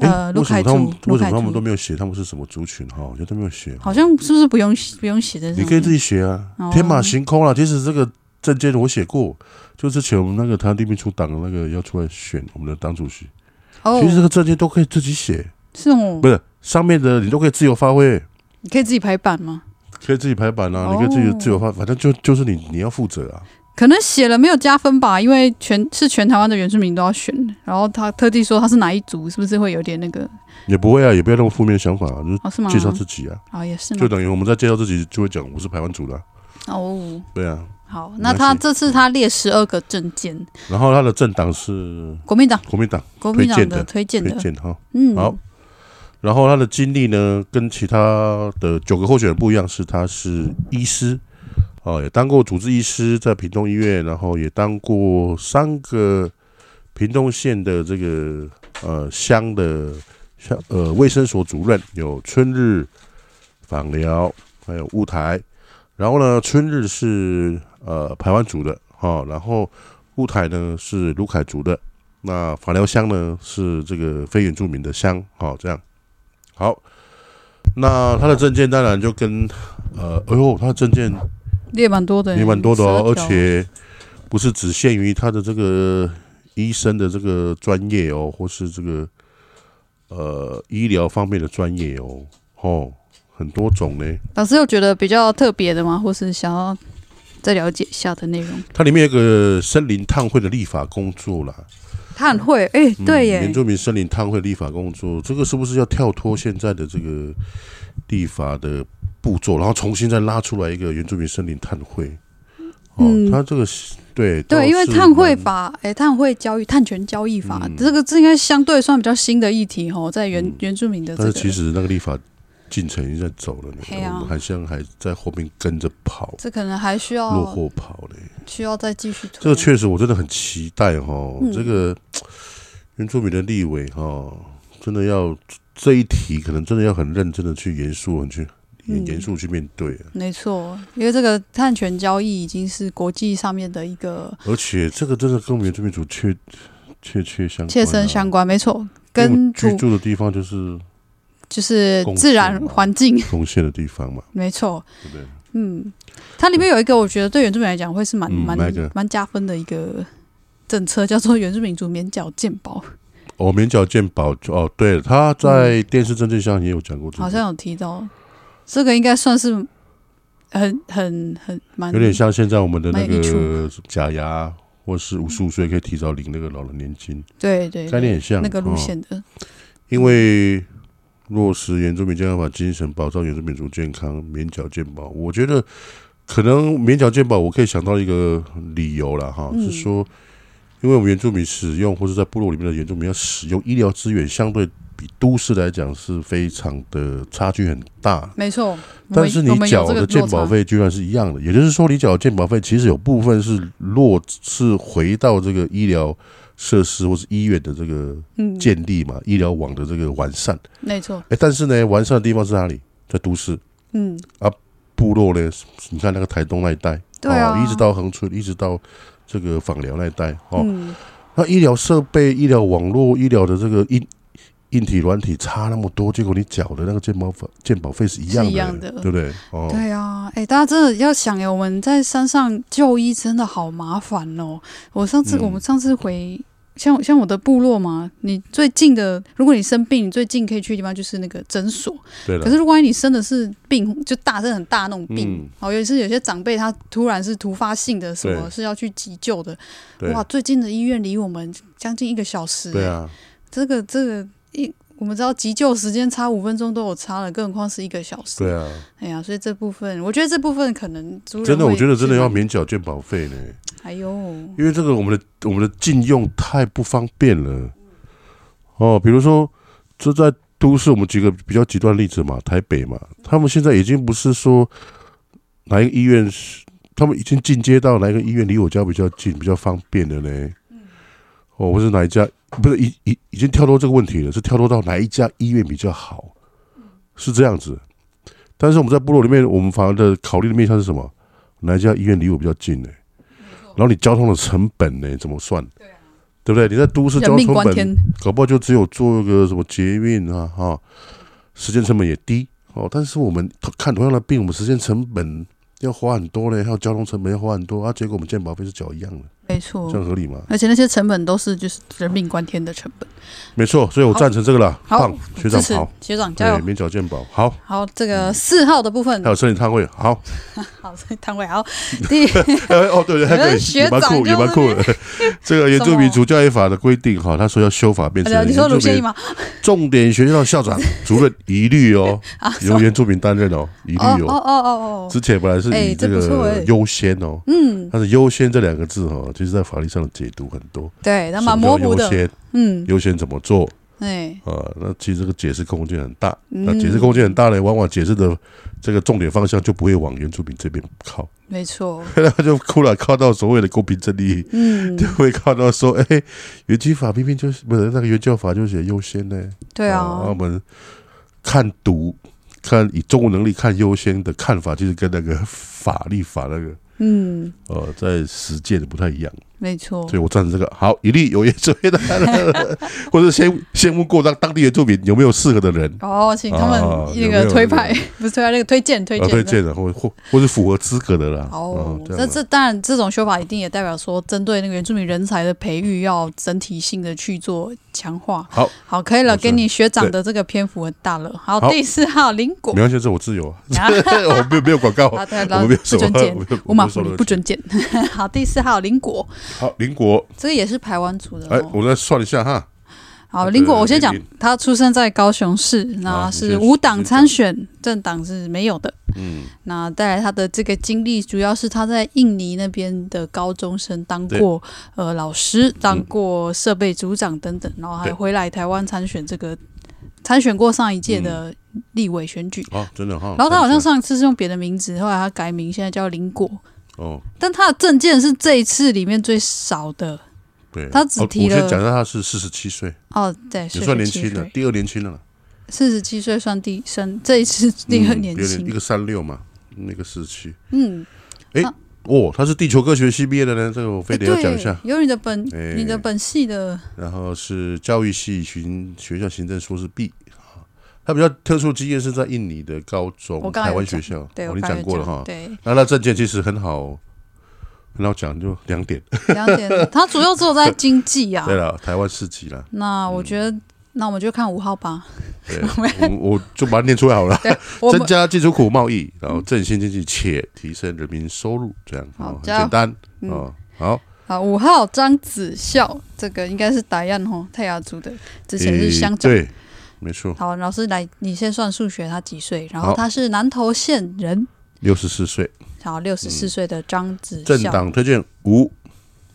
S2: 呃，
S1: 诶
S2: 卢
S1: 为什
S2: 凯
S1: 么他们
S2: 族，卢
S1: 为什
S2: 凯
S1: 么他们都
S2: 族，
S1: 没有写他们是什么族群哈？我觉得都没有写，
S2: 好像是不是不用不用写的？
S1: 你可以自己写啊
S2: 哦，
S1: 天马行空啦。其实这个证件我写过，就之前我们那个台湾地民出党的那个要出来选我们的党主席，
S2: 哦
S1: 其，实这个证件都可以自己写，
S2: 是哦
S1: 不，是上面的你都可以自由发挥，
S2: 你可以自己排版吗？
S1: 可以自己排版啊，
S2: 哦
S1: 你可以自己自由发，反正就就是你你要负责啊。
S2: 可能写了没有加分吧，因为全是全台湾的原住民都要选，然后他特地说他是哪一族，是不是会有点那个？
S1: 也不会啊，也不要那么负面想法啊，就是
S2: 哦，是吗？
S1: 介绍自己啊，
S2: 哦，也是
S1: 就
S2: 吗？
S1: 等于我们在介绍自己就会讲我是台湾族的啊，
S2: 哦，
S1: 对啊。
S2: 好，
S1: 没关
S2: 那
S1: 系
S2: 他这次他列十二个证件，
S1: 然后他的政党是
S2: 国民党，
S1: 国民党
S2: 国民党的推荐
S1: 推
S2: 的，
S1: 荐哈。
S2: 嗯，
S1: 好，然后他的经历呢，跟其他的呃九个候选人不一样，是他是医师，哦，也当过主治医师，在屏东医院，然后也当过三个屏东县的这个呃乡的乡呃卫生所主任，有春日、访寮，还有雾台。然后呢，春日是呃台湾族的，哦，然后雾台呢是卢凯族的，那法寮乡呢是这个非原住民的乡，好、这样，好，那他的证件当然就跟呃，哎呦，他的证件
S2: 列蛮多的，
S1: 也蛮多的哦，而
S2: 12条
S1: 且不是只限于他的这个医生的这个专业哦，或是这个呃医疗方面的专业哦，哦，很多种呢。
S2: 老师有觉得比较特别的吗？或是想要再了解一下的内容？
S1: 它里面有个森林烫会的立法工作啦，
S2: 看会，哎、
S1: 嗯
S2: 对耶
S1: 原，住民森林碳汇立法工作，这个是不是要跳脱现在的这个立法的步骤，然后重新再拉出来一个原住民森林碳汇？哦，
S2: 嗯
S1: 它这个是对
S2: 对，因为
S1: 哦倒是
S2: 碳汇
S1: 蛮
S2: 法，哎、碳汇交易、碳权交易法，
S1: 嗯
S2: 这个这应该相对算比较新的议题哦，在原、原住民的这
S1: 但
S2: 个，
S1: 是其实那个立法进程已经在走了呢，
S2: 嘿啊
S1: 我们还像还在后面跟着跑，
S2: 这可能还需
S1: 落
S2: 要
S1: 后跑嘞。
S2: 需要再继续推。
S1: 这个确实我真的很期待哈，
S2: 嗯
S1: 这个原住民的立委哈，真的要这一题可能真的要很认真的去严肃、很去
S2: 嗯
S1: 很严肃去面对、啊。
S2: 没错，因为这个碳权交易已经是国际上面的一个
S1: 而且这个真的跟我们原住民族确确切相关、啊，
S2: 切身相关，没错，
S1: 因为我们
S2: 跟
S1: 居
S2: 土
S1: 住的地方就是
S2: 就是
S1: 共
S2: 自然
S1: 存嘛
S2: 环境， [laughs]
S1: 贡献的地方嘛，
S2: 没错，
S1: 对不对？
S2: 嗯，它里面有一个我觉得对原住民来讲会是蛮
S1: 嗯
S2: 蛮
S1: 哪一个
S2: 蛮加分的一个政策，叫做原住民族免缴健保，
S1: 哦，免缴健保哦，对，他在电视政见上也有讲过这个，
S2: 嗯好像有提到，这个应该算是很很很蛮
S1: 有点像现在我们的那
S2: 蛮有益
S1: 个假牙，或是五十五岁可以提早领那个老人年金，
S2: 对对
S1: 概念
S2: 对
S1: 很像
S2: 那个路
S1: 哦
S2: 线的，
S1: 因为落实原住民健康法精神，保障原住民族健康，免缴健保。我觉得可能免缴健保，我可以想到一个理由了哈，
S2: 嗯
S1: 是说，因为我们原住民使用或者在部落里面的原住民要使用医疗资源，相对比都市来讲是非常的差距很大。
S2: 没错。
S1: 但是你
S2: 我们
S1: 缴
S2: 我们
S1: 的
S2: 有这个
S1: 鉴
S2: 落差
S1: 保费居然是一样的，也就是说，你缴的鉴保费其实有部分是落是回到这个医疗设施或是医院的这个
S2: 嗯，
S1: 建立嘛，医疗网的这个完善。
S2: 没错，
S1: 哎，但是呢，完善的地方是哪里？在都市
S2: 嗯，
S1: 部落呢？你看那个台东那一带，
S2: 对啊，
S1: 哦，一直到恒春，一直到这个访寮那一带，哦，
S2: 嗯，
S1: 那医疗设备、医疗网络、医疗的这个硬硬体、软体差那么多，结果你缴的那个健保费、健保费是一样的，
S2: 是一样的
S1: 对不对？哦，
S2: 对啊，哎、大家真的要想哎，我们在山上就医真的好麻烦哦。我上次、
S1: 嗯
S2: 我们上次回像像我的部落嘛，你最近的，如果你生病，你最近可以去的地方就是那个诊所。
S1: 对啊
S2: 可
S1: 了，
S2: 是如果万一你生的是病，就大真的很大那种病
S1: 嗯，
S2: 哦、尤其是有些长辈他突然是突发性的，什么
S1: 对
S2: 是要去急救的，
S1: 对
S2: 哇，最近的医院离我们将近一个小时、欸
S1: 对啊，
S2: 这个这个一，我们知道急救时间差五分钟都有差了，更何况是一个小时。
S1: 对啊，
S2: 哎呀，所以这部分，我觉得这部分可能族人
S1: 真的，
S2: 会
S1: 我觉得真的
S2: 是
S1: 要
S2: 蛮。
S1: 免缴健保费呢，
S2: 哎呦，
S1: 因为这个我们的我们的禁用太不方便了。哦，比如说，这在都市，我们举个比较极端的例子嘛，台北嘛，他们现在已经不是说哪一个医院是，他们已经进阶到哪一个医院离我家比较近、比较方便的嘞。哦，不是哪一家，不是已已已经跳脱这个问题了，是跳脱到哪一家医院比较好，是这样子。但是我们在部落里面，我们反而的考虑的面向是什么？哪一家医院离我比较近呢？然后你交通的成本呢？怎么算？对不对？你在都市
S2: 人
S1: 交通
S2: 命
S1: 成
S2: 关
S1: 本
S2: 天，
S1: 搞不好就只有做个什么捷运啊，哈、时间成本也低哦。但是我们同看同样的病，我们时间成本要花很多嘞，还有交通成本要花很多啊。结果我们健保费是缴一样的，
S2: 没
S1: 这样
S2: 错。
S1: 合理吗？
S2: 而且那些成本都是就是人命关天的成本。
S1: 没错，所以我赞成这个啦。
S2: 好
S1: 棒，学长
S2: 支持
S1: 好，
S2: 学长加
S1: 对，
S2: 油。
S1: 免缴健保好，
S2: 好，这个四号的部分
S1: 还，有生理摊位好， [laughs]
S2: 好，所以摊位好。第
S1: 哎哦对对，还可
S2: 哎
S1: 以，
S2: 学
S1: 也蛮
S2: 长
S1: 酷，也蛮
S2: 就
S1: 酷
S2: [laughs]
S1: 的。这个原住民主教育法的规定哈，他说要修法变成
S2: 呃你
S1: 原
S2: 说
S1: 住
S2: 鲁先义
S1: 民
S2: 吗？
S1: 重点学校的校长、主任一律哦，
S2: [laughs] 啊，
S1: 由原住民担任哦，一律
S2: 哦
S1: 哦
S2: 哦。哦哦哦，
S1: 之前本来是
S2: 哎
S1: 以
S2: 这不错
S1: 个
S2: 哎
S1: 优先哦，
S2: 嗯，
S1: 但是优先这两个字哦，其实在法律上的解读很多，
S2: 对，那
S1: 什
S2: 蛮
S1: 么
S2: 模
S1: 叫
S2: 糊
S1: 优
S2: 的。
S1: 先，
S2: 嗯，
S1: 优先怎么做
S2: 哎，
S1: 啊？那其实这个解释空间很大，那
S2: 嗯，
S1: 解释空间很大呢，往往解释的这个重点方向就不会往原住民这边靠，
S2: 没错。
S1: [laughs] 那啊就哭了，靠到所谓的公平正义，
S2: 嗯，
S1: 就会靠到说， [laughs] 哎，原基法明明就是不是那个原教法就写优先呢，
S2: 对
S1: 那我
S2: 啊，
S1: 们看读。看以中文能力看优先的看法，其实跟那个法律法那个 [laughs]
S2: 嗯，
S1: 呃，在实践的不太一样，
S2: 没错
S1: 所。以我赞成这个。好，一律有业之业的， [laughs] 或者先先问过当当地原住民有没有适合的人，
S2: 哦，请他
S1: 啊
S2: 们那
S1: 有没有
S2: 个推
S1: 那个
S2: 派， [laughs] 不是推派，那个推荐推
S1: 啊，
S2: 荐
S1: 推
S2: 的。
S1: 荐的，或或或是符合资格的啦。
S2: 哦
S1: 嗯，
S2: 这
S1: 样
S2: 这当然，这种修法一定也代表说，针对那个原住民人才的培育，要整体性的去做强化。
S1: 好，
S2: 好，可以了，
S1: 好是
S2: 给你学长的这个篇幅很大了。好，
S1: 好
S2: 第四号林果
S1: 没，关系，这我自
S2: [laughs]
S1: 由啊， [laughs]
S2: 啊
S1: 我没有没有广告，啊我
S2: 好，[laughs] 对，
S1: 们
S2: 老
S1: 没
S2: 不
S1: 有什么
S2: 准，剪，
S1: 没有
S2: 五马
S1: 没有
S2: 虎
S1: 什么
S2: 林不准剪。 [laughs] 好，第四号林果，
S1: 好，邻国，
S2: 这个也是台湾族的
S1: 哎，
S2: 哦。
S1: 我再算一下哈，
S2: 好，
S1: 那
S2: 林果，
S1: 个
S2: 我先讲
S1: 林，
S2: 他出生在高雄市，那
S1: 好你
S2: 是
S1: 先
S2: 无党
S1: 先
S2: 参
S1: 讲
S2: 选，政党是没有的。
S1: 嗯，
S2: 那带来他的这个经历，主要是他在印尼那边的高中生当过呃老师，当过设备组长等等，然后还
S1: 对
S2: 回来台湾参选这个参选过上一届
S1: 嗯
S2: 的立委选举。
S1: 好，啊真的哈。
S2: 然后他好像
S1: 算一下
S2: 上次是用别的名字，后来他改名，现在叫林果。
S1: 哦，
S2: 但他的证件是这一次里面最少的
S1: 对，
S2: 他只
S1: 哦
S2: 提
S1: 我
S2: 了
S1: 先讲一下，他是四十七岁，
S2: 哦，对，
S1: 也算年
S2: 47
S1: 轻的，
S2: 岁，
S1: 第二年轻的了，
S2: 四十七岁算第算这一次第二
S1: 嗯
S2: 年
S1: 一
S2: 轻，
S1: 个三六嘛，那个四十七，
S2: 嗯，
S1: 哦，他是地球科学系毕业的呢，这个我非
S2: 嗯
S1: 得
S2: 诶
S1: 要讲一
S2: 哎对
S1: 下。，
S2: 有你的本
S1: 哎
S2: 你的本系的，
S1: 然后是教育系行学校行政硕士 B 啊。他比较特殊经验是在印尼的高
S2: 我
S1: 中
S2: 刚才
S1: 台
S2: 有
S1: 湾学校，
S2: 对
S1: 哦
S2: 我
S1: 你
S2: 刚才
S1: 讲
S2: 有
S1: 过了哈。
S2: 对。
S1: 那他证件其实很好，很好讲，就两点。
S2: 两点，他主要只有在经济啊
S1: [laughs] 对。了，台湾四级啦，
S2: 那我觉得，那我们就看五号吧。
S1: 对， [laughs] 我我就把它念出来好了。
S2: 我
S1: 增
S2: 们嗯
S1: 加进出口贸易，然后振兴经济且提升人民收入，这样
S2: 好
S1: 哦很
S2: 加油
S1: 简单
S2: 嗯
S1: 哦。好，
S2: 啊，五号张子孝，这个应该是达彦吼，泰雅族的，之前是
S1: 诶
S2: 乡长。
S1: 哎对，没错，
S2: 好，老师来，你先算数学，他几岁？然后
S1: 好
S2: 他是南投县人，
S1: 六十四岁，
S2: 然后六十四岁的张子
S1: 政
S2: 孝，
S1: 党推荐无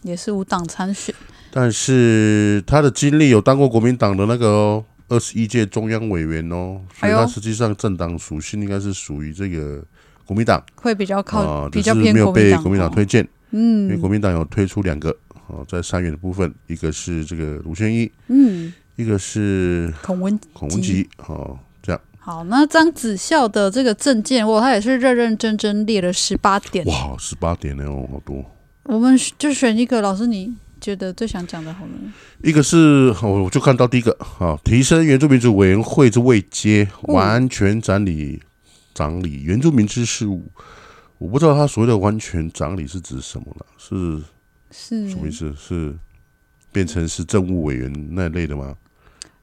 S2: 也是无党参选。
S1: 但是他的经历有当过国民党的那个哦，二十一届中央委员哦，所以
S2: 哎
S1: 他
S2: 呦
S1: 实际上政党属性应该是属于这个国民党
S2: 会比较靠、
S1: 啊，
S2: 比
S1: 只
S2: 较
S1: 是
S2: 偏
S1: 没有被
S2: 国
S1: 国民党
S2: 哦
S1: 推荐，因为
S2: 嗯
S1: 国民党有推出两个啊，在三元的部分，一个是这个卢轩义，
S2: 嗯，
S1: 一个是
S2: 孔文
S1: 孔文
S2: 吉
S1: 吉，哦，这样
S2: 好，那张子孝的这个证件，哇，他也是认认真真列了十八点。
S1: 哇，十八点哦，好多。
S2: 我们就选一个，老师你觉得最想讲的好了。
S1: 一个是好我就看到第一个啊，提升原住民族委员会之位阶，
S2: 嗯
S1: 完全掌理掌理原住民之事务。我不知道他所谓的完全掌理是指什么了，是
S2: 是
S1: 什么意思？是变成是政务委员那类的吗？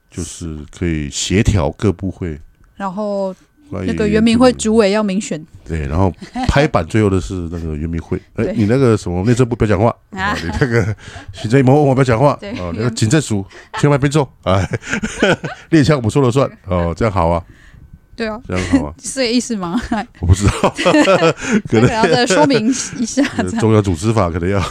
S1: 就是可以协调各部会。
S2: 然后
S1: 关于
S2: 那个原民会
S1: 住
S2: 主委要民选，
S1: 对，然后拍板最后的是那个原民
S2: [laughs]
S1: 会。哎、
S2: 对
S1: 你那个什么内政部不要讲话，啊、你那个行政某某不要讲话，
S2: 对
S1: 哦，那个警政署千万别做，哎， [laughs] 猎枪我们说了算，哦，这样好啊，
S2: 对啊，
S1: 这样好
S2: [laughs]
S1: 啊，
S2: 是这个意思吗？
S1: 我不知道， [laughs] 可
S2: 那
S1: 能
S2: 个要再说明一下。
S1: 这个 [laughs] 中央组织法可能要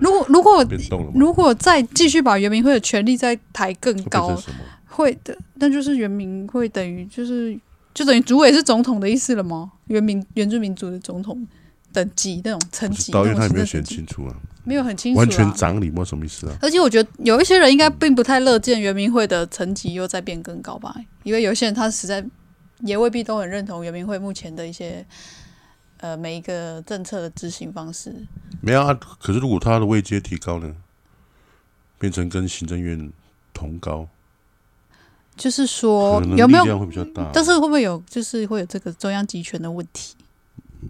S2: 如果如果
S1: 变动了
S2: [laughs]
S1: 嘛，
S2: 如果再继续把原民会的权利再抬更
S1: 会变
S2: 高
S1: 成，什么？
S2: 会的，那就是原民会等于就是就等于主委是总统的意思了吗？原民原住民族的总统等级那种层
S1: 不
S2: 级
S1: 知，道，因为他也
S2: 那种
S1: 没有
S2: 行
S1: 选
S2: 政层级
S1: 清楚啊，
S2: 没有很清楚、啊，
S1: 完全掌理嘛，什么意思啊？
S2: 而且我觉得有一些人应该并不太乐见圆明会的层级又在变更高吧，因为有些人他实在也未必都很认同圆明会目前的一些呃每一个政策的执行方式。
S1: 没有啊，可是如果他的位阶提高呢，变成跟行政院同高，
S2: 就是说
S1: 可能
S2: 哦
S1: 啊
S2: 有没
S1: 力量
S2: 有？
S1: 会比较大？
S2: 但是会不会有就是会有这个中央集权的问题？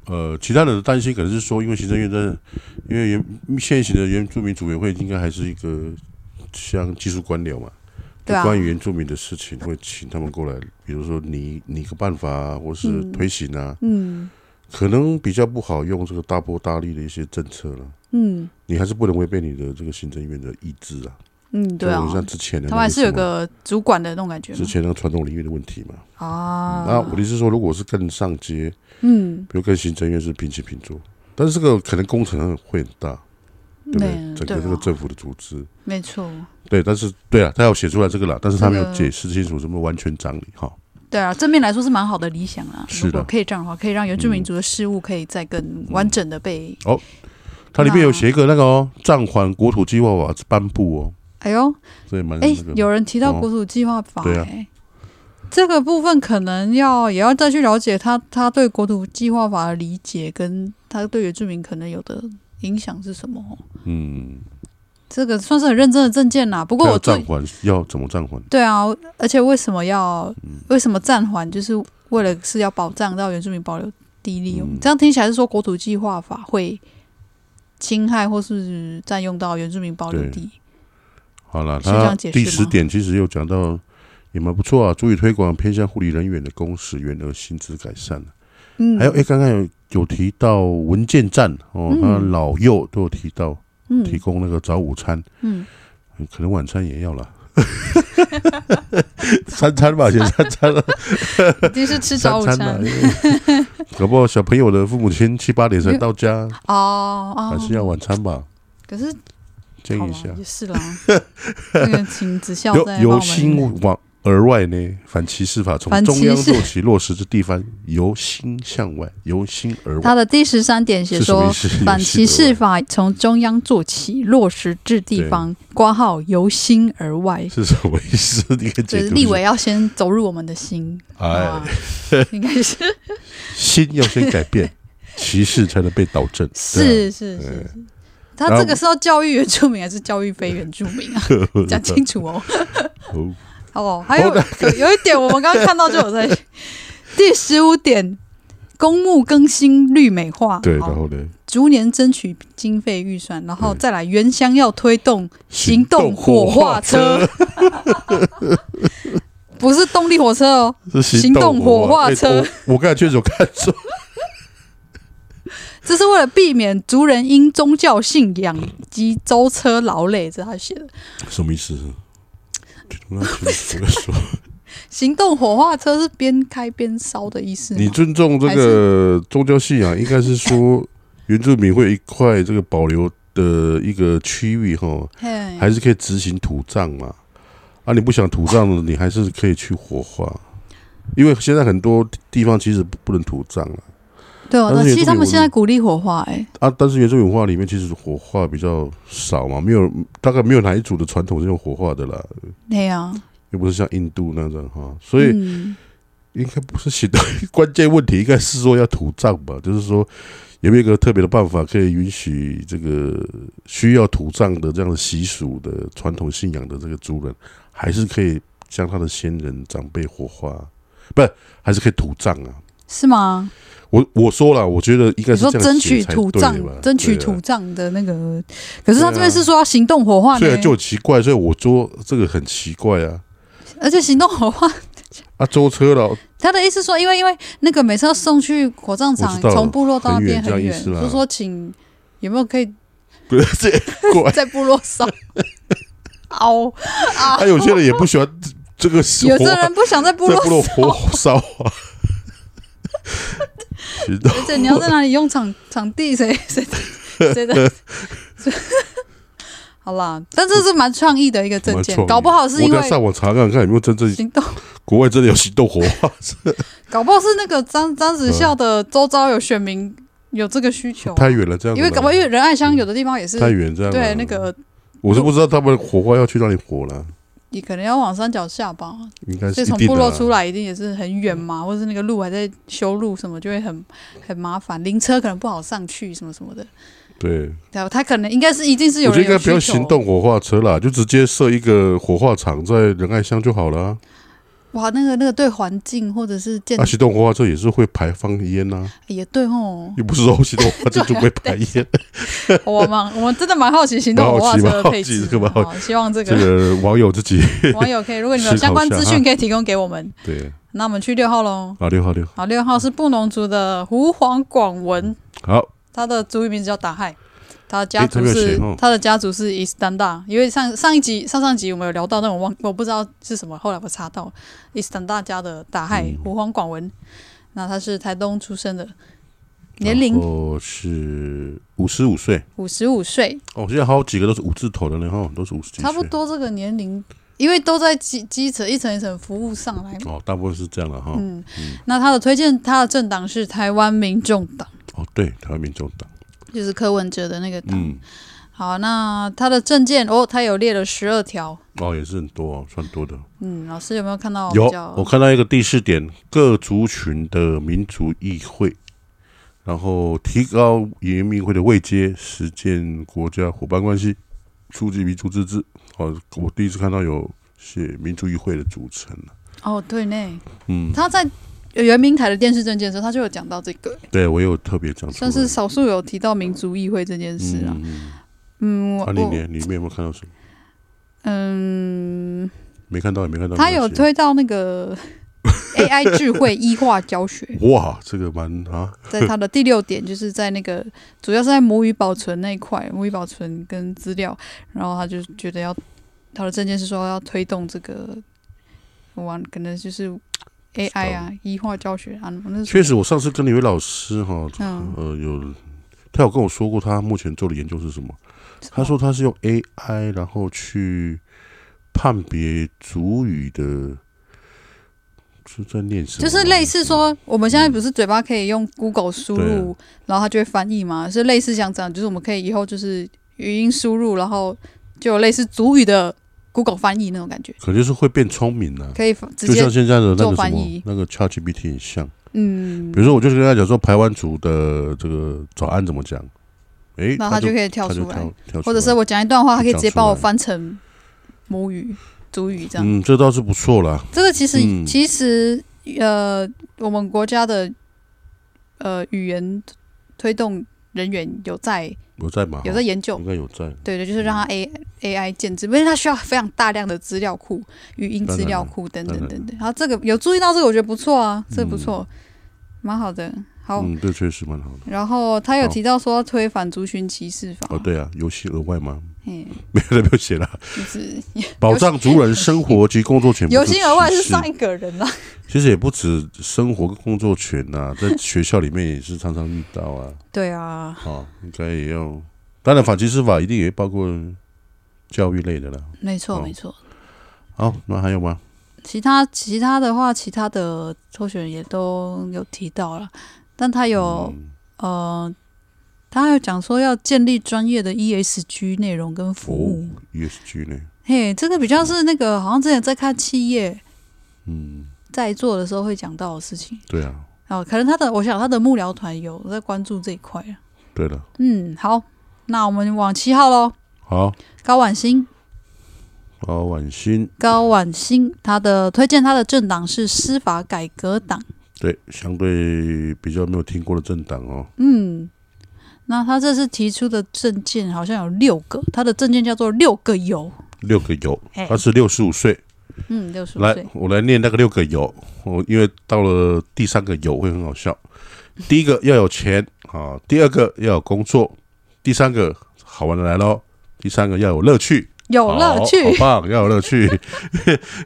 S1: 呃，其他人的担心可能是说，因为行政院在，因为原现行的原住民组委会应该还是一个像技术官僚嘛，
S2: 对啊
S1: 就关于原住民的事情会请他们过来，比如说拟拟个办法啊，或是
S2: 嗯
S1: 推行啊，
S2: 嗯
S1: 可能比较不好用这个大波大力的一些政策了。
S2: 嗯
S1: 你还是不能违背你的这个行政院的意志啊，
S2: 嗯，对啊
S1: 就，像之前的那
S2: 他们还是有
S1: 什么
S2: 个主管的那种感觉
S1: 之
S2: 嘛
S1: 前那个传统领域的问题嘛。那
S2: 啊
S1: 我。的意思是说，如果是更上阶，
S2: 嗯，
S1: 比如跟行政院是平起平坐，但是这个可能工程会很大，对不对？
S2: 没
S1: 整
S2: 对
S1: 个这个
S2: 啊，
S1: 政府的组织，
S2: 没错，
S1: 对，但是对啊，他要写出来这个啦，但是他没
S2: 这
S1: 有
S2: 个
S1: 解释清楚什么完全掌理哈。
S2: 对啊，正面来说是蛮好的理想啊。
S1: 是的
S2: 如果可以这样的话，可以让原住民族的事物可以再更完整的被。
S1: 它里面有
S2: 那
S1: 写一个那个哦，暂缓国土计划法颁布哦，
S2: 哎呦，
S1: 所以蛮
S2: 哎
S1: 嗯那，个。
S2: 有人提到
S1: 哦
S2: 国土计划法、
S1: 对啊
S2: 哎、这个部分可能要也要再去了解他他对国土计划法的理解，跟他对原住民可能有的影响是什么哦。
S1: 嗯，
S2: 这个算是很认真的证件啦。不过
S1: 它
S2: 我
S1: 要暂
S2: 最
S1: 缓要怎么暂缓？
S2: 对啊，而且为什么要、
S1: 嗯
S2: 为什么暂缓，就是为了是要保障到原住民保留地利用。
S1: 嗯
S2: 这样听起来是说国土计划法会侵害或是占用到原住民保留
S1: 对
S2: 地。
S1: 好了，
S2: 是这样
S1: 它
S2: 解释
S1: 第
S2: 吗
S1: 十点其实又讲到也蛮不错啊，注意推广偏向护理人员的工时员额薪资改善。
S2: 嗯，
S1: 还有，哎、刚刚有有提到文件站哦，
S2: 嗯
S1: 他老幼都有提到提
S2: 嗯
S1: 供那个早午餐，
S2: 嗯，
S1: 可能晚餐也要了。 [laughs] 三餐吧，先三餐了，
S2: 一定是吃啊
S1: 三
S2: 早午
S1: 餐
S2: 餐
S1: 了。因为 [laughs] 搞不好小朋友的父母亲七八点才到家，
S2: 哦
S1: 还
S2: 哦，
S1: 是要晚餐吧？
S2: 可是
S1: 建
S2: 好
S1: 议一
S2: 吧
S1: 下，
S2: 也。是啦。 [laughs] 那个请子孝
S1: 由
S2: 在
S1: 由心往而外呢，反歧视法从
S2: 反歧
S1: 中
S2: 视
S1: 央做起，落实至地方，由心向外，由心而外
S2: 他。的第十三点写
S1: 是什么
S2: 说
S1: 意，思？
S2: 反
S1: 由
S2: 歧
S1: 心而
S2: 视
S1: 外
S2: 法从中央做起，落实至地方，挂号由心而外。
S1: 是什么意思？ [laughs] 你可以
S2: 就
S1: 解
S2: 是
S1: 读
S2: 立
S1: 一下
S2: 委要先走入我们的心，
S1: 哎
S2: 啊，应该
S1: 啊
S2: 是
S1: 心要先改
S2: [laughs]
S1: 变，歧视才能被导正。
S2: 是是是是。他这个是要教育原住民还是教育非原住
S1: [laughs]
S2: 民啊？
S1: 对啊
S2: 讲清楚哦。
S1: 哦
S2: 哦，还有有有一点，我们刚刚看到就有在第十五点，公墓更新绿美化，
S1: 对，
S2: 好
S1: 然后呢？
S2: 逐年争取经费预算，然后
S1: 对
S2: 再来原乡要推动行动火化车， [laughs] 不是动力火车哦，
S1: 是
S2: 行动火化
S1: 哎
S2: 车
S1: 我我刚才确实有看错， [laughs]
S2: 这是为了避免族人因宗教信仰及舟车劳累，这是他写的。
S1: 什么意
S2: [laughs]
S1: 思？我刚才清楚地说，
S2: 行动火化车是边开边烧的意思吗
S1: 你尊重这个宗教信仰，应该是说原住民会有一块这个保留的一个区域哈，
S2: 嘿
S1: 还是可以执行土葬嘛？啊，你不想土葬的，你还是可以去火化，因为现在很多地方其实不不能土葬了
S2: 对啊，
S1: 但
S2: 那
S1: 是
S2: 其实
S1: 原住
S2: 他
S1: 民
S2: 们现在鼓励火化、欸，
S1: 啊。但是原住民文化里面，其实火化比较少嘛，没有大概没有哪一组的传统是用火化的啦，
S2: 对啊呀、
S1: 又不是像印度那种哈，所以
S2: 嗯、
S1: 应该不是写的关键问题，应该是说要土葬吧，就是说有没有一个特别的办法可以允许这个需要土葬的这样的习俗的传统信仰的这个族人，还是可以将他的先人长辈火化，不是还是可以土葬啊？
S2: 是吗？
S1: 我我说了，我觉得应该
S2: 你
S1: 是
S2: 说
S1: 这样
S2: 争
S1: 写
S2: 取
S1: 才
S2: 土
S1: 对
S2: 葬
S1: 吧，
S2: 争取
S1: 对啊
S2: 土葬的那个，可是
S1: 对
S2: 他
S1: 啊
S2: 这边是说要行动火化呢
S1: 所，以就很奇怪，所以我说这个很奇怪啊
S2: 而且行动火化
S1: 啊，舟车了，
S2: 他的意思说，因为因为那个每次要送去火葬
S1: 我
S2: 场，
S1: 知道了
S2: 从部落到那
S1: 很远
S2: 边很
S1: 这样
S2: 远
S1: 意，思啦
S2: 就说请有没有可以
S1: 不是 [laughs] 这怪
S2: 在部落烧？哦啊
S1: 啊，！有些人也不喜欢这个活
S2: 有的人不想在部
S1: 在部落
S2: 落烧，
S1: 火烧啊，知道
S2: 而且你要在哪里用场场地，谁谁
S1: [laughs]
S2: 谁的？ [laughs] 好啦，但这是蛮创意的一个证
S1: 蛮
S2: 件
S1: 创，意
S2: 搞不好是因
S1: 我
S2: 为
S1: 再上网查看看有没有真正
S2: 行动，
S1: 国外真的有行动火
S2: [laughs]
S1: 化，
S2: 搞不好是那个张张子孝的周遭有选民有这个需求啊，
S1: 太远了这样子
S2: 因
S1: 啦，
S2: 为搞不好因为仁爱乡有的地方也是
S1: 太远这样啦
S2: 对那个
S1: 我是不知道他们火化要去哪里火了，
S2: 你可能要往山脚下吧，
S1: 应该是
S2: 所
S1: 一
S2: 以从
S1: 定
S2: 部
S1: 的啊
S2: 落
S1: 啦。
S2: 出来一定也是很远嘛，或者是那个路还在修路什么，就会很很麻烦，灵车可能不好上去什么什么的。
S1: 对，
S2: 对啊，他可能应该是一定是有
S1: 我觉得
S2: 人
S1: 应该不要
S2: 有需求
S1: 行动火化车啦，就直接设一个火化场在仁爱乡就好了啊。
S2: 哇，那个那个对环境或者是建、
S1: 啊，行动火化车也是会排放烟
S2: [laughs]
S1: 呐、
S2: 也对
S1: [laughs]。
S2: 哦
S1: 又不是说行动火化车就不会排烟。
S2: [laughs] 我蛮我真的蛮好奇行动火化车的配置
S1: 蛮好奇蛮好奇这个蛮好，
S2: 希望这
S1: 这
S2: 个
S1: 个网友自己
S2: [laughs] 网友可以，如果你们有
S1: 思考
S2: 相关资
S1: 一下
S2: 讯可以提供给我们，
S1: 对
S2: 那我们去六号喽。
S1: 啊，六号六
S2: 好，六号是布农族的胡黄广文，
S1: 好，
S2: 他的族语名字叫达亥，他的家
S1: 诶他
S2: 族
S1: 没有
S2: 是、
S1: 写哦
S2: 他的家族是伊斯丹大，因为上上一集上上集我们有聊到，但我忘我不知道是什么，后来我查到伊斯丹大家的达亥
S1: 嗯
S2: 胡黄广文，那他是台东出生的，年龄
S1: 哦是五十五岁。
S2: 五十五岁，
S1: 哦，现在好几个都是五字头的呢，哈，都是五十几岁，
S2: 差不。多这个年龄，因为都在基基层一层一层服务上来嘛。
S1: 哦，大部分是这样了哈。
S2: 嗯，那他的推荐，他的政党是台湾民众党，
S1: 哦，对，台湾民众党。
S2: 就是柯文哲的那个党。
S1: 嗯，
S2: 好，那他的证件哦，他有列了十二条，
S1: 哦，也是很多哦，算多的。
S2: 嗯，老师有没有看到
S1: 有
S2: 比较？，
S1: 我看到一个第四点，各族群的民族议会，然后提高移民会的位阶，实践国家伙伴关系，促进民族自治。哦，我第一次看到有写民族议会的组成啊了
S2: 哦，对呢，
S1: 嗯，
S2: 他在圆明台的电视证件的时候，他就有讲到这个，
S1: 对我有特别讲出来。
S2: 算是少数有提到民族议会这件事啊
S1: 嗯。嗯
S2: 嗯，我
S1: 啊，里
S2: 我
S1: 面里面有没有看到什么？
S2: 嗯，
S1: 没看到，也没看到。
S2: 他
S1: 没啊
S2: 有
S1: 写
S2: 推到那个 AI 智慧医化
S1: [laughs]
S2: 教学，
S1: 哇，这个蛮啊，
S2: 在他的第六点，就是在那个主要是在母语保存那一块，母语保存跟资料，然后他就觉得要他的证件是说要推动这个，完可能就是 AI 啊，医化教学啊，那是
S1: 确实，我上次跟李伟老师哈，
S2: 嗯
S1: 呃，有他有跟我说过，他目前做的研究是什么？他说他是用 AI，然后去判别主语的是在念什么
S2: 就
S1: 吗，
S2: 是类似说，我们现在不是嘴巴可以用 Google 输
S1: 啊
S2: 入，然后它就会翻译嘛，是类似像这样，就是我们可以以后就是语音输入，然后就有类似主语的 Google 翻译那种感觉，
S1: 可能就是会变聪明了、
S2: 可以直
S1: 就
S2: 接
S1: 像现在的那
S2: 做
S1: 个什
S2: 翻
S1: 么
S2: 译
S1: 那个 ChatGPT 很像。
S2: 嗯
S1: 比，如说，我就是跟他讲说，台湾族的这个早安怎么讲，诶，
S2: 然后它就
S1: 以
S2: 可以跳
S1: 他就
S2: 出来
S1: 跳，跳出
S2: 或者
S1: 来
S2: 是我讲一段话，它可以直接
S1: 讲出来
S2: 帮我翻成母语、主语这样。
S1: 嗯，这倒是不错啦。
S2: 这个其实、
S1: 嗯
S2: 其实呃，我们国家的呃语言推动人员有在
S1: 有在吗？
S2: 有在研究
S1: 应，该有在。
S2: 对对，就是让它 A AI 建制，因为它需要非常大量的资料库、语音资料库等等
S1: 当然
S2: 等等。然后这个有注意到这个，我觉得不错啊，这个不错，蛮好的。好，
S1: 嗯，这确实蛮好的。
S2: 然后他有
S1: 好
S2: 提到说要推反族群歧视法，
S1: 哦，对啊，游戏额外吗？
S2: 嗯，
S1: 没有没有写啦。 [laughs]
S2: 就是
S1: 保障族人生
S2: [laughs]
S1: 活及工作权不受
S2: 有心而外是
S1: 歧视
S2: 上一个人啊啦。
S1: 其实也不止生活跟工作权呐、在学校里面也是常常遇到啊。
S2: 对啊，
S1: 哦，应该也要。当然，反歧视法一定也包括教育类的啦。
S2: 没错
S1: 哦
S2: 没错。
S1: 好，那还有吗？
S2: 其他其他的话，其他的候选人也都有提到了，但他
S1: 嗯
S2: 有、呃，他有讲说要建立专业的 ESG 内容跟服
S1: 哦
S2: 务。
S1: ESG ，E 呢？
S2: 嘿，这个比较是那个，好像之前在看企业
S1: 嗯，
S2: 在做的时候会讲到的事情。
S1: 对啊，
S2: 哦，可能他的，我想他的幕僚团有在关注这一块啊。
S1: 对了，
S2: 嗯，好，那我们往七号喽。
S1: 好，
S2: 高婉欣，
S1: 高婉欣，
S2: 高婉欣，他的推荐他的政党是司法改革党。
S1: 对，相对比较没有听过的政党哦，
S2: 嗯，那他这次提出的证件好像有六个，他的证件叫做“六个有
S1: 六个有，”
S2: 嘿。
S1: 他是六十五岁，”
S2: 嗯，六十五
S1: 来
S2: 岁，，
S1: 我来念那个六个有，我因为到了第三个有会很好笑。第一个要有钱啊，第二个要有工作，第三个好玩的来喽，第三个要有乐趣，
S2: 有乐趣，
S1: 好好棒，要有乐
S2: [laughs]
S1: 趣。
S2: 有乐趣。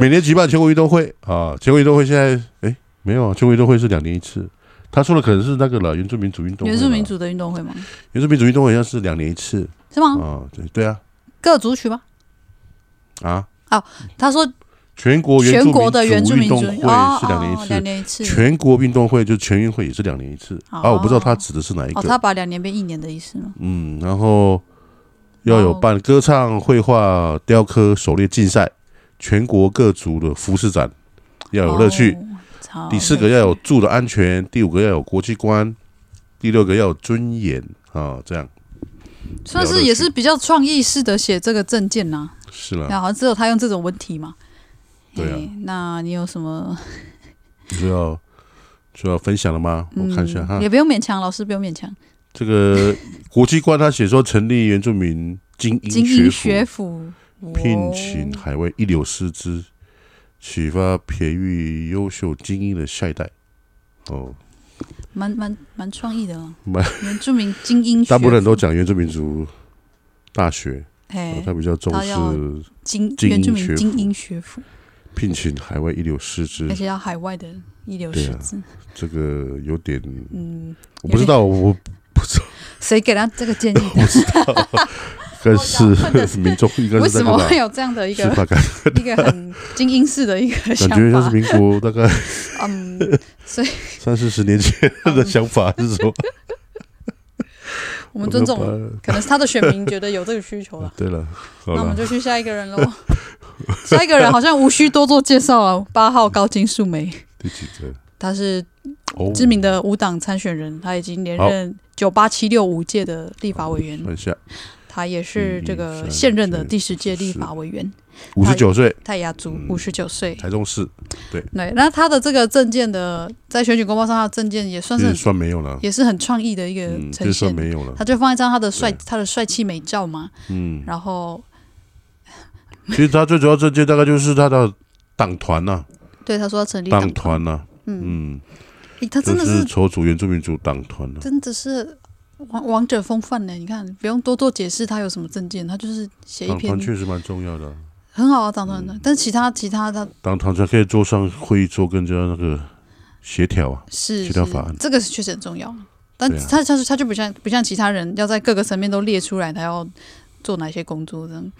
S1: 每年举办全国运动会啊，全国运动会现在哎没有啊，全国运动会是两年一次。他说的可能是那个了，原住民族运动会啦。
S2: 原住民族的运动会吗？
S1: 原住民族运动会好像是两年一次
S2: 是吗？
S1: 啊，对对啊
S2: 各族群吗？
S1: 啊，
S2: 他说
S1: 全国原
S2: 全
S1: 住
S2: 国的原住
S1: 民
S2: 民
S1: 族
S2: 族
S1: 运动
S2: 哦
S1: 会是两年一
S2: 哦
S1: 次
S2: 两，年一次。
S1: 全国运动会就是全运会也是两年一次
S2: 哦
S1: 啊，我不知道他指的是哪一
S2: 哦，他
S1: 个，
S2: 把两年变一年的意思吗？
S1: 嗯，然后要有办歌唱、绘画、雕刻、狩猎竞赛，全国各族的服饰展要有乐趣，
S2: 哦。好
S1: 第四个要有住的安全，第五个要有国际观，第六个要有尊严啊，这样
S2: 算
S1: 有乐
S2: 是
S1: 趣
S2: 也是比较创意式的写这个证件呐、
S1: 是啦，
S2: 然后好像只有他用这种文体嘛。
S1: 对啊
S2: 嘿那你有什么？
S1: 就要就要分享了吗？我看一下哈
S2: 嗯，也，不用勉强，老师不用勉强。
S1: 这个国际观他写说成立原住民精
S2: 精
S1: 英
S2: 英
S1: 学
S2: 学
S1: 府，
S2: 府哦
S1: 聘请海外一流师资，启发培育优秀精英的下一代。哦，
S2: 哦蛮蛮蛮创意的哦
S1: 蛮，
S2: 原住民精英学府，
S1: 大部分人都讲原住民族大学，哦
S2: 哎
S1: 他比较重
S2: 他要
S1: 视
S2: 精
S1: 嗯精英
S2: 原住
S1: 学
S2: 民
S1: 府
S2: 精英学府，
S1: 聘请海外一流师资
S2: 而，且要海外的一流
S1: 对
S2: 师
S1: 啊
S2: 资。
S1: 这个有点
S2: 嗯，
S1: 我不知道，我
S2: 谁给他这个
S1: [laughs]
S2: 建议
S1: 我
S2: 的？
S1: 知道，但是民众应该
S2: 为
S1: 是在
S2: 什
S1: 干
S2: 么
S1: 嘛
S2: 会？有这样的一
S1: 是
S2: 个
S1: 吧？感
S2: 一个很精英式的一个想
S1: 感觉像是
S2: 法？
S1: 民国大概
S2: 嗯，
S1: [laughs] 三四十年前的想法是
S2: [laughs]
S1: 什么？
S2: 我们尊重，
S1: 我
S2: 可能是他的选民觉得有这个需求了
S1: 把。。对了， [laughs] 好
S2: 那我们
S1: 了，
S2: 就去下一个人喽。下一个人好像无需多做介绍了，八号高金素梅，
S1: 第几个？
S2: 她是
S1: 哦，
S2: 知名的无党参选人，他已经连任九八七六五届的立法委员，
S1: 算一下，
S2: 他也是这
S1: 一
S2: 个
S1: 三
S2: 现任的
S1: 四
S2: 第十届立法委员，
S1: 五十九岁，
S2: 泰雅族
S1: 嗯，
S2: 五十九岁。
S1: 台中市
S2: 对，那他的这个证件的在选举公报上，他的证件也算
S1: 这
S2: 是
S1: 算没有了，
S2: 也是很创意的一个
S1: 嗯，
S2: 呈
S1: 这算
S2: 现。
S1: 没有了
S2: 他，就放一张他的帅
S1: 对
S2: 他的帅气美照嘛，
S1: 嗯。
S2: 然后
S1: 其实他最主要证件大概就是他的党团呐，
S2: 对他说要成立
S1: 党
S2: 党，
S1: 团呐，
S2: 嗯，
S1: 嗯，
S2: 诶他真
S1: 就
S2: 的
S1: 是
S2: 是
S1: 筹组原住民族党团啊了，
S2: 真的是王王者风范呢。你看，不用多做解释他有什么证件，他就是写一
S1: 党
S2: 篇
S1: 团确实蛮重要的啊，
S2: 很好啊，党团的，
S1: 嗯
S2: 但是其他其他他
S1: 党团才可以坐上会议桌跟人家那个协调啊，
S2: 是
S1: 协调
S2: 是
S1: 法案
S2: 这个是确实很重要。但
S1: 对啊
S2: 他他就他就不像不像其他人要在各个层面都列出来他要做哪些工作，这样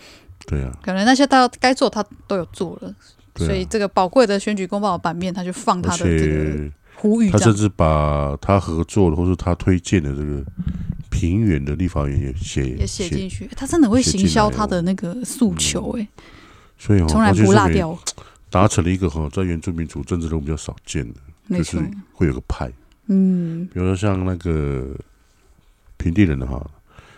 S1: 对啊，
S2: 可能那些他该做他都有做了，
S1: 对啊
S2: 所以这个宝贵的选举公报的版面他就放
S1: 而
S2: 他的这个
S1: 且
S2: 呼吁
S1: 他
S2: 这
S1: 甚
S2: 样。
S1: 至把他合作的或是他推荐的这个平原的立法委员也写
S2: 也写进去，他真的会
S1: 写进
S2: 行销
S1: 来
S2: 他
S1: 哦
S2: 的那个诉求、欸，
S1: 所以哦
S2: 从来
S1: 黄金
S2: 不
S1: 树
S2: 落
S1: 莓
S2: 掉，
S1: 达成了一个哈，在原住民族政治中比较少见的，
S2: 没
S1: 就
S2: 错
S1: 是，会有个派，
S2: 嗯
S1: 比如说像那个平地人的哈，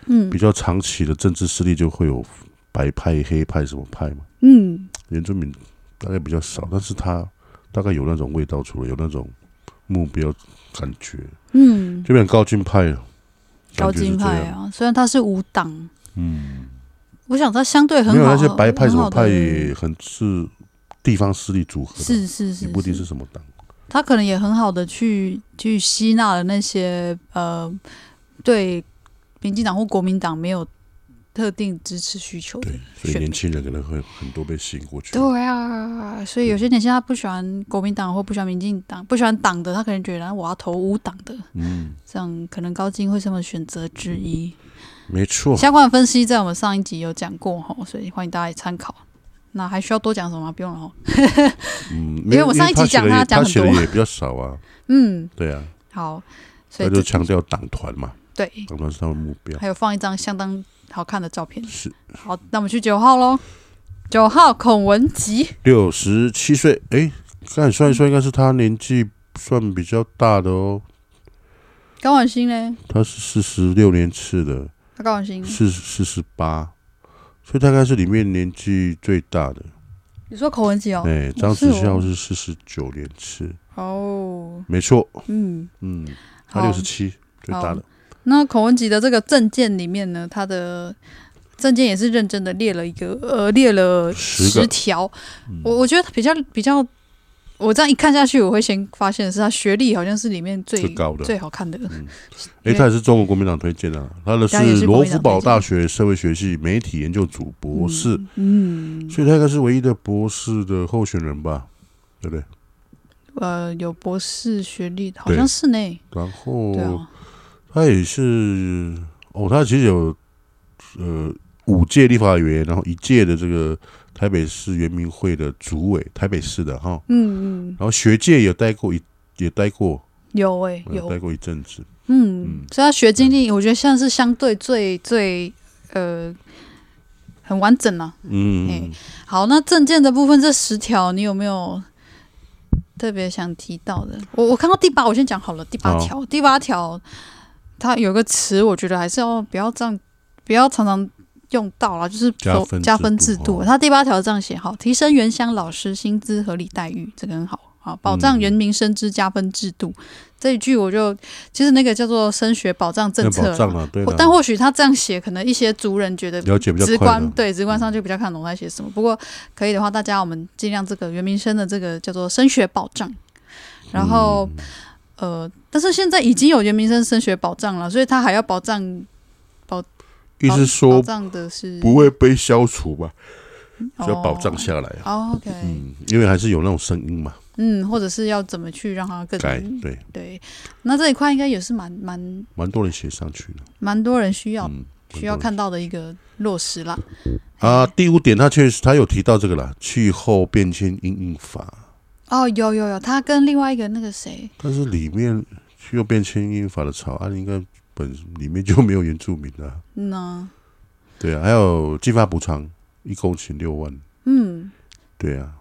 S2: 嗯
S1: 比较长期的政治势力就会有白派、黑派什么派嘛，
S2: 嗯，
S1: 原住民大概比较少，但是他大概有那种味道出来，有那种目标感觉，
S2: 嗯，
S1: 这边高进派了，
S2: 高
S1: 感觉是
S2: 金
S1: 这
S2: 派
S1: 样，
S2: 啊，虽然他是无党，
S1: 嗯。
S2: 我想他相对很
S1: 没有
S2: 好，
S1: 那些白派
S2: 很
S1: 什么
S2: 好
S1: 派
S2: 的
S1: 也很是地方势力组合的，
S2: 是是是
S1: 也，不一定是什么党。
S2: 他可能也很好的去去吸纳了那些呃对民进党或国民党没有特定支持需求的
S1: 对。，所以
S2: 选
S1: 年轻人可能会很多被吸引过去。
S2: 对啊，所以有些年轻人他不喜欢国民党或不喜欢民进党，不喜欢党的，他可能觉得啊我要投无党的，
S1: 嗯，
S2: 这样可能高金会是他们选择之一。
S1: 没错。
S2: 相关的分析在我们上一集有讲过哈，所以欢迎大家也参考。那还需要多讲什么吗？不用了哦。
S1: 嗯，
S2: 因为我上一集讲
S1: 他
S2: 他讲很
S1: 写的
S2: 多
S1: 也比较少啊， [laughs]
S2: 嗯，
S1: 对啊，
S2: 好，所
S1: 他
S2: 以
S1: 就
S2: 这
S1: 强调党团嘛，
S2: 对，
S1: 党团是他们目标。
S2: 还有放一张相当好看的照片。
S1: 是
S2: 好，那我们去九号喽。九号孔文吉，
S1: 六十七岁，哎，看算一算，应该是他年纪算比较大的哦。
S2: 高婉欣嘞，
S1: 他是四十六年次的，
S2: 他高婉欣，
S1: 四四十八，所以他应该是里面年纪最大的。
S2: 你说孔文吉哦？
S1: 哎，张
S2: 是
S1: 子
S2: 哦
S1: 孝是四十九年次，
S2: 哦，
S1: 没错，
S2: 嗯，
S1: 嗯，他
S2: 好
S1: 六。十七最大的。
S2: 那孔文吉的这个证件里面呢，他的证件也是认真的列了一个，呃，列了
S1: 十个嗯
S2: 十条。我我觉得比较比较，我这样一看下去，我会先发现的是他学历好像是里面最
S1: 最高的
S2: 最好看的。
S1: 哎，他也是中国国民党推荐的啊，他的
S2: 当然也是
S1: 是
S2: 国
S1: 罗
S2: 民党
S1: 福堡
S2: 推荐
S1: 大学社会学系媒体研究组博士，
S2: 嗯，
S1: 所以他应该是唯一的博士的候选人吧，对不对？
S2: 呃，有博士学历，好像是呢。
S1: 然后
S2: 对啊，
S1: 他也是哦，他其实有呃五届立法委员，然后一届的这个台北市原民会的主委，台北市的哈，
S2: 嗯嗯，
S1: 然后学界也待过一也待过，
S2: 有诶、
S1: 呃待
S2: 有，
S1: 过一阵子，
S2: 嗯
S1: 嗯，
S2: 所以他学经历，我觉得现在是相对最最呃很完整啊了、
S1: 嗯
S2: 嘿，好，那证件的部分这十条，你有没有特别想提到的？我我看到第八，我先讲好了。第八
S1: 好
S2: 条，第八条，它有个词，我觉得还是要不要这样，不要常常用到啦，就是
S1: 加
S2: 说
S1: 分
S2: 加
S1: 制
S2: 分
S1: 度
S2: 制度。
S1: 哦
S2: 它第八条这样写，好，提升原乡老师薪资合理待遇，这个很好。好，保障
S1: 嗯
S2: 人民生之加分制度、这一句，我就其实那个叫做升学保障政
S1: 那
S2: 策
S1: 保障
S2: 啦，
S1: 了，对
S2: 或
S1: 了，
S2: 但或许他这样写，可能一些族人觉得
S1: 了解比
S2: 直
S1: 较快
S2: 观
S1: 的，
S2: 对直观上就比较看得懂他写什么。不过可以的话，大家我们尽量这个袁明生的这个叫做升学保障，然后、
S1: 嗯
S2: 呃，但是现在已经有袁明生升学保障了，所以他还要保障
S1: 意思
S2: 保
S1: 说
S2: 障的是
S1: 不会被消除吧，
S2: 哦
S1: 就要保障下来啊，
S2: 哦 OK，
S1: 嗯，因为还是有那种声音嘛，
S2: 嗯，或者是要怎么去让他更
S1: 改对，
S2: 对？那这一块应该也是蛮蛮
S1: 蛮多人写上去的，
S2: 蛮多人需要、
S1: 嗯，
S2: 需要
S1: 看。
S2: 看到的一个落实啦。
S1: 啊，第五点，他确实他有提到这个啦，气候变迁因应法，
S2: 哦，有有有，他跟另外一个那个谁，
S1: 但是里面气候变迁因应法的草案应该本里面就没有原住民啦，
S2: [laughs] 嗯、啊
S1: 对啊，还有计发补偿一公顷六万，
S2: 嗯。
S1: 对啊，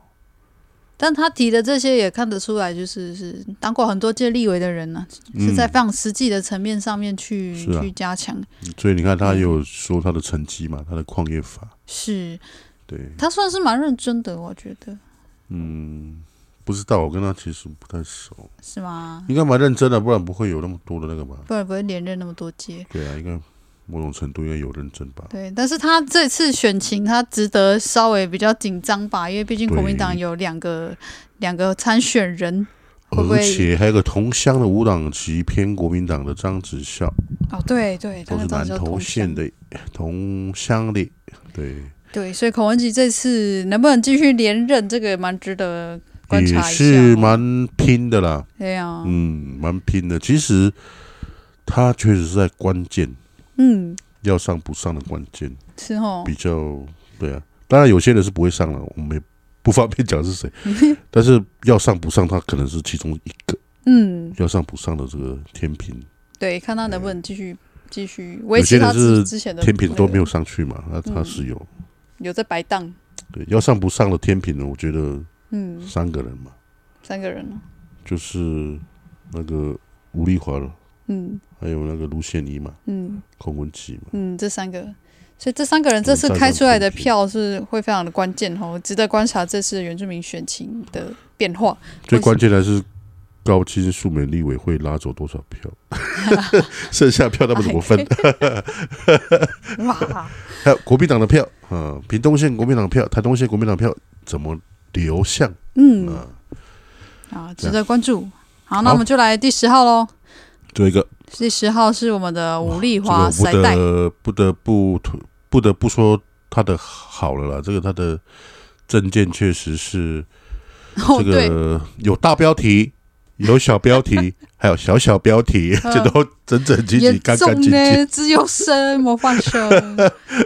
S2: 但他提的这些也看得出来，就是是当过很多届立委的人呢、是在非常实际的层面上面去、
S1: 嗯是啊
S2: 去加强。
S1: 所以你看他
S2: 嗯
S1: 也有说他的成绩嘛，他的矿业法，
S2: 是
S1: 对，
S2: 他算是蛮认真的，我觉得
S1: 嗯，不知道，我跟他其实不太熟，
S2: 是吗？
S1: 应该蛮认真的，不然不会有那么多的那个吧，
S2: 不然不会连任那么多届。
S1: 对啊，应该某种程度应该有认真吧，
S2: 对，但是他这次选情，他值得稍微比较紧张吧，因为毕竟国民党
S1: 对
S2: 有两个两个参选人会不会
S1: 而且还有个同乡的无党籍偏国民党的张子孝。
S2: 哦，对对，
S1: 都
S2: 那
S1: 是
S2: 个到
S1: 南
S2: 时候
S1: 投
S2: 同
S1: 县
S2: 乡
S1: 的同乡的，对，
S2: 对，所以孔文吉这次能不能继续连任，这个蛮值得观察
S1: 也
S2: 一下。
S1: 是蛮拼的啦，
S2: 对啊，
S1: 嗯，蛮拼的。其实他确实是在关键
S2: 嗯，
S1: 要上不上的关键
S2: 是哦。
S1: 比较对啊，当然有些人是不会上了，我们也不方便讲是谁，
S2: [laughs]
S1: 但是要上不上，他可能是其中一个
S2: 嗯，
S1: 要上不上的这个天平，
S2: 对，看他能不能继续继续
S1: 嗯有
S2: 维
S1: 些
S2: 持他
S1: 人
S2: 自
S1: 是
S2: 之前的嗯
S1: 天平
S2: 那
S1: 都
S2: 个
S1: 没有上去嘛，那他是有
S2: 有在白当，
S1: 对要上不上的天平呢，我觉得
S2: 嗯，
S1: 三个人嘛，
S2: 三个人了，
S1: 就是那个吴丽华了。
S2: 嗯
S1: 还有那个卢宪仪嘛，
S2: 嗯
S1: 孔文琪嘛，
S2: 嗯，这三个，所以这三个人这次开出来的票是会非常的关键哦，值得观察这次原住民选情的变化。
S1: 最关键的还是高清素美立委会拉走多少
S2: [laughs]
S1: 票， [laughs] 剩下票他们怎么分？
S2: 哇，
S1: 还有 [laughs] 国民党的票，啊，屏东县国民党票，台东县国民党票怎么流向？
S2: 嗯
S1: 啊，
S2: 啊，值得关注。好，那我们就来第十号喽。
S1: 最后一个，
S2: 第十号是我们的吴丽
S1: 这
S2: 华
S1: 个
S2: 塞代，
S1: 我不得不得不不得不说他的好了啦，这个他的证件确实是
S2: 哦
S1: 这
S2: 对，
S1: 个有大标题，有小标
S2: [laughs]
S1: 题，还有小小标题，
S2: 嗯
S1: 这都整整齐齐、
S2: 严
S1: 干干
S2: 重
S1: 净净。
S2: 呢，自由生、模范
S1: [laughs]
S2: 生，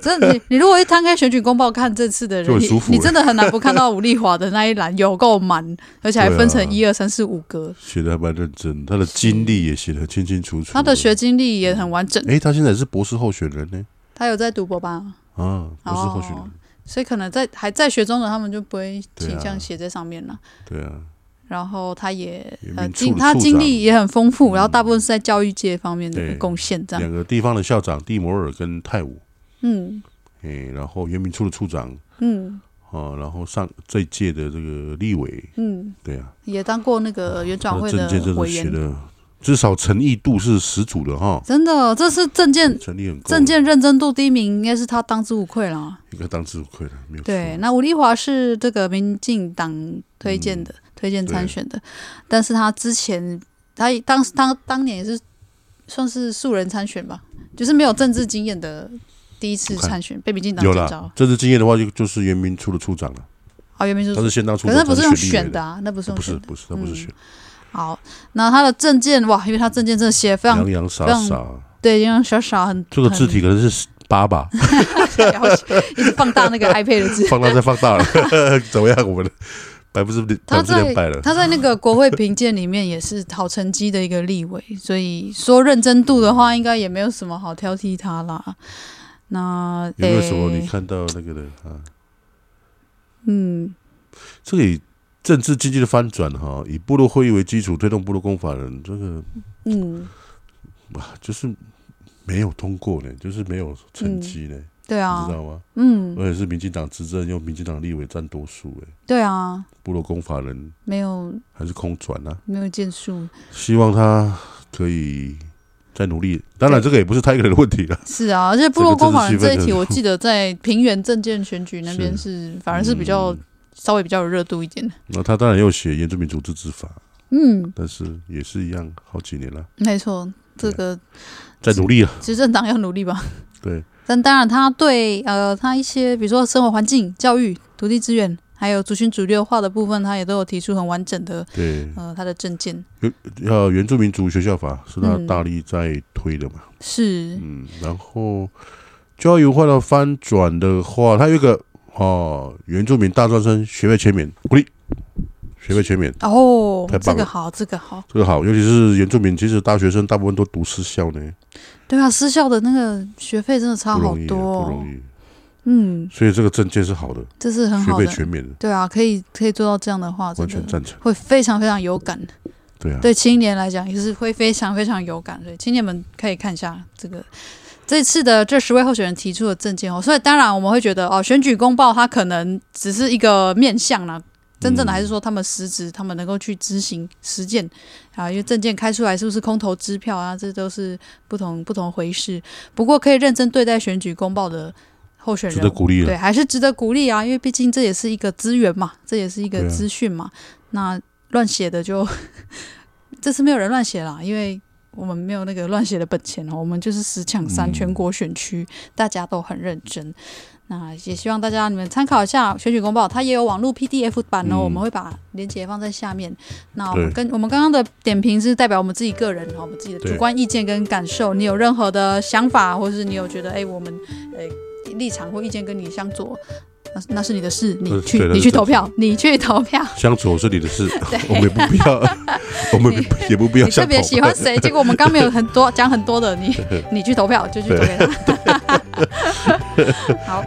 S2: 真的，你你如果一摊开选举公报看这次的
S1: 就
S2: 人，
S1: 很
S2: 你
S1: 舒服
S2: 你
S1: 了
S2: 真的很难不看到武丽华的那一栏有够满，而且还
S1: 对啊
S2: 分成一二三四五格，
S1: 写的还蛮认真，他的经历也写得清清楚楚。
S2: 他的学，经历也很完整。
S1: 哎，他现在是博士候选人呢，
S2: 他有在读博吧？
S1: 啊，博士候选人
S2: 哦，所以可能在还在学中的他们就不会
S1: 对啊
S2: 倾向写在上面了。
S1: 对啊，
S2: 然后他也
S1: 也
S2: 呃
S1: 民处
S2: 经
S1: 的
S2: 他
S1: 处
S2: 经
S1: 长嗯
S2: 历也很丰富，然后大部分是在教育界方面的
S1: 对
S2: 贡献这样。
S1: 两个地方的校长蒂摩尔跟泰晤，
S2: 嗯
S1: 哎，然后原民处的处长
S2: 嗯
S1: 啊，然后上这一届的这个立委，
S2: 嗯，
S1: 对啊，
S2: 也当过那个园
S1: 他
S2: 长
S1: 的
S2: 会
S1: 证件真的
S2: 委
S1: 写
S2: 员。
S1: 的，至少诚意度是十足的哈，
S2: 真的，这次证件
S1: 诚意很够，啊
S2: 证件认真度第一名，应该是他当之无愧啦。
S1: 应该当之无愧的，没有错
S2: 对，那吴丽华是这个民进党推荐的，
S1: 嗯
S2: 推荐参选的，但是他之前他当当当年也是算是素人参选吧，就是没有政治经验的第一次
S1: 我看
S2: 参选，被民进党
S1: 有
S2: 征
S1: 啦
S2: 召。，
S1: 这次经验的话就就是原民处的处长了，
S2: 好，原本就
S1: 他
S2: 是，
S1: 是先当处
S2: 可是
S1: 长，
S2: 那不是用
S1: 才选立
S2: 选
S1: 委
S2: 的。啊，那不是
S1: 不
S2: 用
S1: 是
S2: 选的。
S1: 不是，他不是
S2: 嗯
S1: 选，
S2: 好，那他的证件哇，因为他证件真的写得非常
S1: 洋洋洒
S2: 让
S1: 洒，
S2: 对，因为小小很
S1: 这个字体可能是八
S2: [laughs]
S1: 吧，
S2: 很然后一直放
S1: [laughs]
S2: 大那个 iPad 的字，
S1: 放大再放大了， [laughs] 怎么样？我们的百分之百
S2: 他
S1: 分之
S2: 在
S1: 两 [laughs] 百了，
S2: 他在那个国会评鉴里面也是好成绩的一个立委，所以说认真度的话，应该也没有什么好挑剔他啦。那
S1: 有没有
S2: 诶
S1: 什么你看到那个的啊？
S2: 嗯，
S1: 这里政治经济的翻转哈，以部落会议为基础推动部落公法人，这个
S2: 嗯，
S1: 哇，就是没有通过呢，就是没有成绩呢，
S2: 对
S1: 你知
S2: 啊，
S1: 道吗？
S2: 嗯，
S1: 而且是民进党执政，用民进党立委占多数，哎，
S2: 对啊，
S1: 部落公法人
S2: 没有
S1: 还是空转啊。
S2: 没有建树，
S1: 希望他可以再努力。当然，这个也不是他一个人的问题了。
S2: 是啊，而且部落
S1: 这个政
S2: 公
S1: 治
S2: 法人
S1: 气氛
S2: 这一题，
S1: 很
S2: 我记得在平原政见选举那边是反而是比较、
S1: 嗯
S2: 稍微比较有热度一点的，
S1: 那他当然要写《原住民族自治法》，
S2: 嗯，
S1: 但是也是一样，好几年了，
S2: 没错，这个
S1: 在努力了。
S2: 执政党要努力吧。
S1: [laughs] 对，
S2: 但当然，他对呃，他一些比如说生活环境、教育、土地资源，还有族群主流化的部分，他也都有提出很完整的
S1: 对，
S2: 呃他的政见。
S1: 呃，原住民族学校法是他
S2: 嗯
S1: 大力在推的嘛，
S2: 是，
S1: 嗯，然后教育文化的翻转的话，它有一个哦，原住民大专生学位全免，鼓励学位全免，
S2: 哦
S1: 太，
S2: 这
S1: 棒了
S2: 个好，这个好，
S1: 这个好，尤其是原住民，其实大学生大部分都读私校呢，
S2: 对啊，私校的那个学费真的差
S1: 不
S2: 好
S1: 容易啊、
S2: 多、
S1: 不
S2: 哦
S1: 容，易，
S2: 嗯，
S1: 所以这个证件是好的，
S2: 这是很
S1: 学
S2: 好
S1: 费
S2: 的，
S1: 全免的，
S2: 对啊，可以可以做到这样的话，
S1: 完
S2: 真
S1: 全
S2: 的
S1: 赞成，
S2: 会非常非常有感，
S1: 对啊，
S2: 对青年来讲也是会非常非常有感，所以青年们可以看一下这个这次的这十位候选人提出的证件哦。所以当然我们会觉得哦，选举公报它可能只是一个面向啦，真正的还是说他们实质他们能够去执行实践啊，因为证件开出来是不是空头支票啊，这都是不同不同回事。不过可以认真对待选举公报的候选
S1: 值
S2: 人，啊
S1: 得鼓励啊
S2: 对，
S1: 了，
S2: 还是值得鼓励啊，因为毕竟这也是一个资源嘛，这也是一个
S1: 对啊
S2: 资讯嘛。那乱写的就 [laughs] 这次没有人乱写啦，因为我们没有那个乱写的本钱哦，我们就是十抢三
S1: 嗯
S2: 全国选区，大家都很认真。那也希望大家你们参考一下选举公报，它也有网络 PDF 版哦，
S1: 嗯
S2: 我们会把链接放在下面。那我
S1: 对
S2: 们跟我们刚刚的点评是代表我们自己个人，我们自己的主
S1: 对
S2: 观意见跟感受。你有任何的想法，或是你有觉得哎、我们呃立场或意见跟你相左，那是那是你的事，你
S1: 呃
S2: 去
S1: 对那
S2: 你
S1: 是
S2: 去
S1: 政
S2: 投票，你去投票。
S1: 相处是你的事， [laughs] 我们也不必
S2: [laughs]
S1: 要，我们也不也不必 [laughs] 要
S2: 你特
S1: 相
S2: 别
S1: 同。
S2: 喜欢谁？结果我们刚没有很多讲很多的，
S1: [laughs]
S2: 你你去投票就去投给他。好，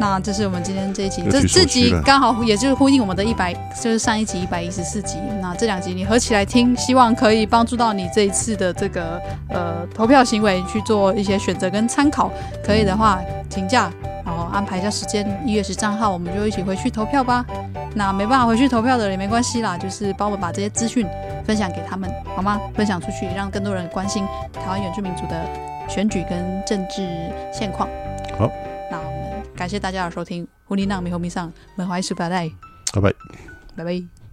S2: 那这是我们今天这一集，
S1: 又
S2: 这
S1: 去
S2: 这
S1: 手
S2: 集
S1: 机了
S2: 刚好也就是呼应我们的一百，就是上一集一百一十四集。那这两集你合起来听，希望可以帮助到你这一次的这个呃投票行为去做一些选择跟参考。可以的话，请假。然后安排一下时间，一月十三号我们就一起回去投票吧。那没办法回去投票的也没关系啦，就是帮我们把这些资讯分享给他们，好吗？分享出去，让更多人关心台湾原住民族的选举跟政治现况。
S1: 好，
S2: 那我们感谢大家的收听，狐狸浪没红迷上，门怀书拜拜，
S1: 拜拜。
S2: 拜拜。